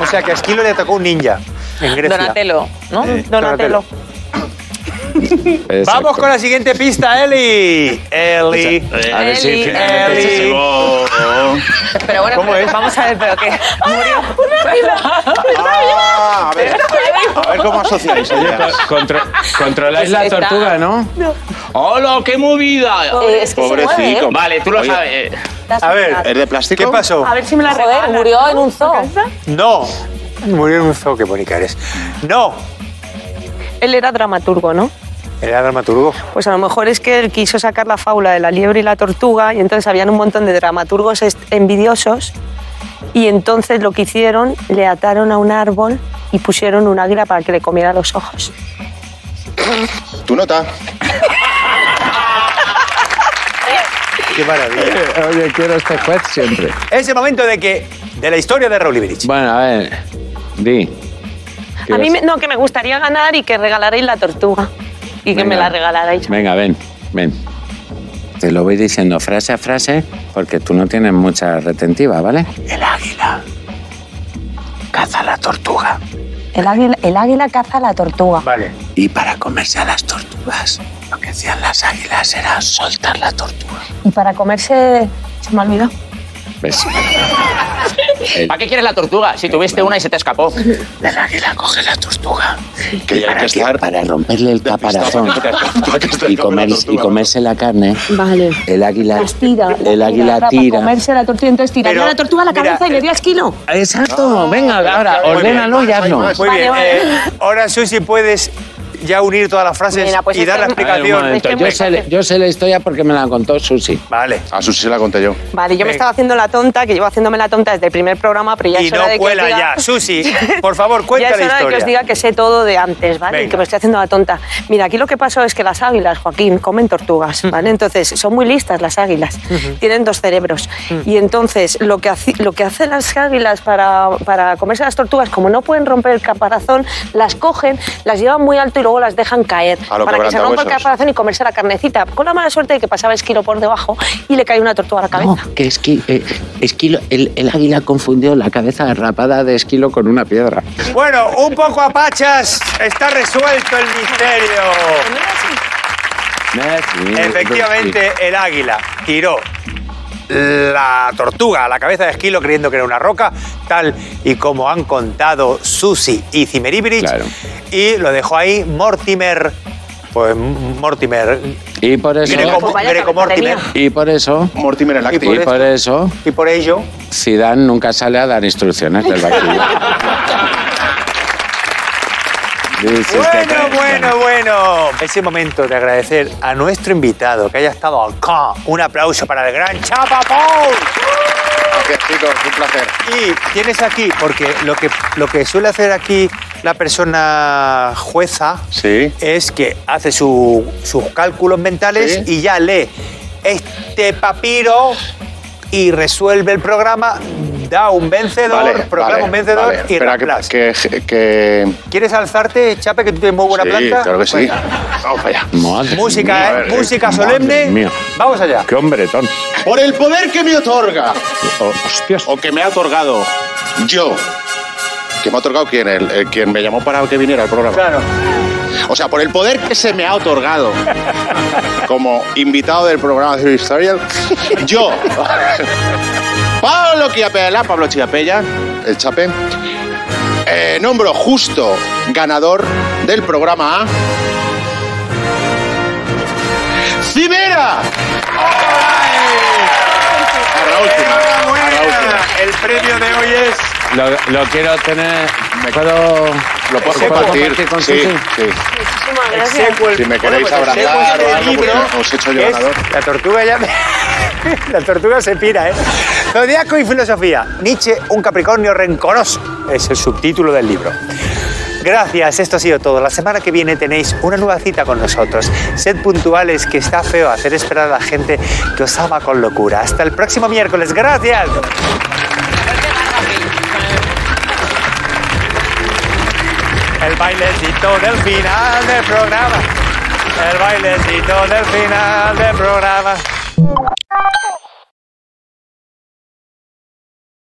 [SPEAKER 1] O sea, que a Esquilo le atacó un ninja en Grecia.
[SPEAKER 4] Donatello, ¿no?
[SPEAKER 1] Eh,
[SPEAKER 5] Donatello.
[SPEAKER 6] Exacto.
[SPEAKER 1] Vamos con la siguiente pista, Eli. Eli.
[SPEAKER 6] A ver si
[SPEAKER 4] Eli,
[SPEAKER 6] finalmente se
[SPEAKER 1] Eli.
[SPEAKER 6] llegó.
[SPEAKER 4] eh, Pero bueno,
[SPEAKER 1] ¿Cómo
[SPEAKER 4] pero-
[SPEAKER 1] es?
[SPEAKER 4] vamos a ver, pero qué.
[SPEAKER 2] Ah, a ver. A ver cómo asociáis. ellas.
[SPEAKER 6] Contro- controláis
[SPEAKER 4] Pues
[SPEAKER 6] la
[SPEAKER 4] está.
[SPEAKER 6] tortuga, ¿no?
[SPEAKER 9] ¡Hola, qué movida!
[SPEAKER 11] Eh, es que se mueve.
[SPEAKER 2] Pobrecito.
[SPEAKER 9] Vale, tú lo
[SPEAKER 2] Oye,
[SPEAKER 9] sabes. eh.
[SPEAKER 1] A ver,
[SPEAKER 2] ¿Es de plástico?
[SPEAKER 1] ¿qué pasó?
[SPEAKER 5] A ver si me la
[SPEAKER 11] Joder,
[SPEAKER 5] regalan.
[SPEAKER 11] murió en un zoo.
[SPEAKER 1] No. Murió en un zoo, qué bonita eres. No.
[SPEAKER 5] Él era dramaturgo, ¿no?
[SPEAKER 1] Era dramaturgo.
[SPEAKER 5] Pues a lo mejor es que él quiso sacar la fábula de la liebre y la tortuga y entonces habían un montón de dramaturgos est- envidiosos y entonces lo que hicieron, le ataron a un árbol y pusieron un águila para que le comiera los ojos.
[SPEAKER 2] Tu nota.
[SPEAKER 1] Qué maravilla.
[SPEAKER 6] Oye, quiero este juez siempre.
[SPEAKER 1] Es el momento de que. De la historia de Raúl Ibrich.
[SPEAKER 6] Bueno, a ver. Di.
[SPEAKER 5] A mí me- no, que me gustaría ganar y que regalarais la tortuga y que me
[SPEAKER 6] Venga.
[SPEAKER 5] la regalarais.
[SPEAKER 6] Venga, ven, ven. Te lo voy diciendo frase a frase porque tú no tienes mucha retentiva, ¿vale? El águila caza a la tortuga
[SPEAKER 11] El águila, el águila caza a la tortuga.
[SPEAKER 1] Vale.
[SPEAKER 6] y para comerse a las tortugas lo que hacían las águilas era soltar la tortuga.
[SPEAKER 11] Y para comerse. Se me ha olvidado.
[SPEAKER 6] ¿Ves?
[SPEAKER 9] ¿Para qué quieres la tortuga? Si tuviste una y se te escapó.
[SPEAKER 6] El águila coge la tortuga
[SPEAKER 2] Que ya hay que estar.
[SPEAKER 6] para romperle el caparazón
[SPEAKER 2] Hay que estar
[SPEAKER 6] y, comer-
[SPEAKER 2] con la tortuga,
[SPEAKER 6] y comerse la carne.
[SPEAKER 11] Vale.
[SPEAKER 6] El águila
[SPEAKER 11] Pues tira.
[SPEAKER 6] El águila
[SPEAKER 11] Para
[SPEAKER 6] tira.
[SPEAKER 11] comerse la tortuga, entonces tira
[SPEAKER 1] Pero,
[SPEAKER 11] la tortuga a la
[SPEAKER 1] mira,
[SPEAKER 11] cabeza y
[SPEAKER 1] eh,
[SPEAKER 11] le dio a esquilo.
[SPEAKER 6] Exacto, venga, ahora,
[SPEAKER 2] Ah, Muy bien,
[SPEAKER 6] ordénalo y
[SPEAKER 2] más, hay
[SPEAKER 6] hazlo.
[SPEAKER 2] más.
[SPEAKER 1] Muy
[SPEAKER 11] Vale,
[SPEAKER 1] bien.
[SPEAKER 11] vale.
[SPEAKER 1] eh, ahora, Susi, puedes ya unir todas las frases
[SPEAKER 11] Venga, pues
[SPEAKER 1] y dar la
[SPEAKER 11] este-
[SPEAKER 6] A ver, un
[SPEAKER 1] explicación.
[SPEAKER 6] momento, yo, sé, yo sé la historia porque me la contó Susi.
[SPEAKER 1] Vale.
[SPEAKER 2] A Susi se la conté yo.
[SPEAKER 5] Vale, yo me
[SPEAKER 1] Venga.
[SPEAKER 5] estaba haciendo la tonta, que llevo haciéndome la tonta desde el primer programa, pero ya
[SPEAKER 1] Y
[SPEAKER 5] es hora
[SPEAKER 1] no
[SPEAKER 5] de que os
[SPEAKER 1] cuela
[SPEAKER 5] diga-
[SPEAKER 1] ya. Susi, por favor, cuenta
[SPEAKER 5] ya es
[SPEAKER 1] la
[SPEAKER 5] hora de que os
[SPEAKER 1] historia.
[SPEAKER 5] diga que sé todo de antes, ¿vale?
[SPEAKER 1] Venga.
[SPEAKER 5] Y que me estoy haciendo la tonta. Mira, aquí lo que pasó es que las águilas, Joaquín, comen tortugas, ¿vale? Entonces, son muy listas las águilas. Tienen dos cerebros. Y entonces, lo que, haci- lo que hacen las águilas para, para comerse las tortugas, como no pueden romper el caparazón, las cogen, las llevan muy alto y lo luego las dejan caer
[SPEAKER 2] A lo
[SPEAKER 5] para que se rompa el
[SPEAKER 2] quebrantahuesos.
[SPEAKER 5] caparazón y comerse la carnecita. Con la mala suerte de que pasaba Esquilo por debajo y le cae una tortuga a la cabeza.
[SPEAKER 7] No, que esqui, eh, esquilo, el, el águila confundió la cabeza rapada de esquilo con una piedra.
[SPEAKER 1] Bueno, un poco a pachas está resuelto el misterio. Efectivamente, el águila tiró la tortuga a la cabeza de Esquilo creyendo que era una roca, tal y como han contado Susi y Cimeribridge, y lo dejó ahí Mortimer, pues Mortimer,
[SPEAKER 6] Y por eso.
[SPEAKER 1] Greco, Greco Mortimer,
[SPEAKER 6] Y por eso.
[SPEAKER 2] Mortimer el
[SPEAKER 6] Y
[SPEAKER 2] activo.
[SPEAKER 6] por eso.
[SPEAKER 1] y por ello
[SPEAKER 6] Zidane nunca sale a dar instrucciones del banquillo. Dice,
[SPEAKER 1] Bueno, bueno, bueno. Es el momento de agradecer a nuestro invitado que haya estado acá. Un aplauso para el gran Chapa Paul.
[SPEAKER 2] pues, Gracias, chicos, un placer.
[SPEAKER 1] Y tienes aquí, porque lo que, lo que suele hacer aquí la persona jueza
[SPEAKER 2] Sí.
[SPEAKER 1] es que hace su- sus cálculos mentales y ya lee este papiro y resuelve el programa, da un vencedor, proclama un vencedor
[SPEAKER 2] vale.
[SPEAKER 1] y
[SPEAKER 2] Espera,
[SPEAKER 1] reemplaza.
[SPEAKER 2] que, que, que-
[SPEAKER 1] ¿Quieres alzarte, Chape, que tú tienes muy buena
[SPEAKER 2] sí,
[SPEAKER 1] planta?
[SPEAKER 2] claro que sí.
[SPEAKER 1] Venga.
[SPEAKER 2] Vamos para allá.
[SPEAKER 6] madre
[SPEAKER 1] Música,
[SPEAKER 6] mía,
[SPEAKER 1] ¿eh?
[SPEAKER 6] a ver,
[SPEAKER 1] Música
[SPEAKER 6] madre
[SPEAKER 1] solemne.
[SPEAKER 6] mía.
[SPEAKER 1] Vamos allá.
[SPEAKER 6] Qué hombretón.
[SPEAKER 2] Por el poder que me otorga
[SPEAKER 6] Oh, hostias.
[SPEAKER 2] o que me ha otorgado yo. ¿Que me ha otorgado quién? El, el quien me llamó para que viniera al programa.
[SPEAKER 1] Claro.
[SPEAKER 2] O sea, por el poder que se me ha otorgado como invitado del programa de Historia, yo, Pablo Chiapella, Pablo Chiapella, el chape, eh, nombro justo ganador del programa A. ¡Cimera! A la última, a la última.
[SPEAKER 1] El premio de hoy es.
[SPEAKER 6] Lo, lo quiero tener. ¿Puedo,
[SPEAKER 2] Lo puedo
[SPEAKER 6] ¿puedo
[SPEAKER 2] compartir.
[SPEAKER 6] con
[SPEAKER 2] Sí,
[SPEAKER 6] Susi?
[SPEAKER 2] sí.
[SPEAKER 5] Muchísimas gracias.
[SPEAKER 1] Sequel.
[SPEAKER 2] Si me queréis
[SPEAKER 1] Bueno, pues el
[SPEAKER 2] abrazar
[SPEAKER 1] sequel
[SPEAKER 2] o
[SPEAKER 1] del
[SPEAKER 2] algo,
[SPEAKER 1] libro
[SPEAKER 2] pues os echo yo
[SPEAKER 1] es-
[SPEAKER 2] ganador.
[SPEAKER 1] La tortuga ya me... La tortuga se pira, ¿eh? Zodiaco y filosofía. Nietzsche, un capricornio rencoroso. Es el subtítulo del libro. Gracias, esto ha sido todo. La semana que viene tenéis una nueva cita con nosotros. Sed puntuales, que está feo hacer esperar a la gente que os ama con locura. Hasta el próximo miércoles. Gracias. El bailecito del final del programa. El bailecito del final del programa.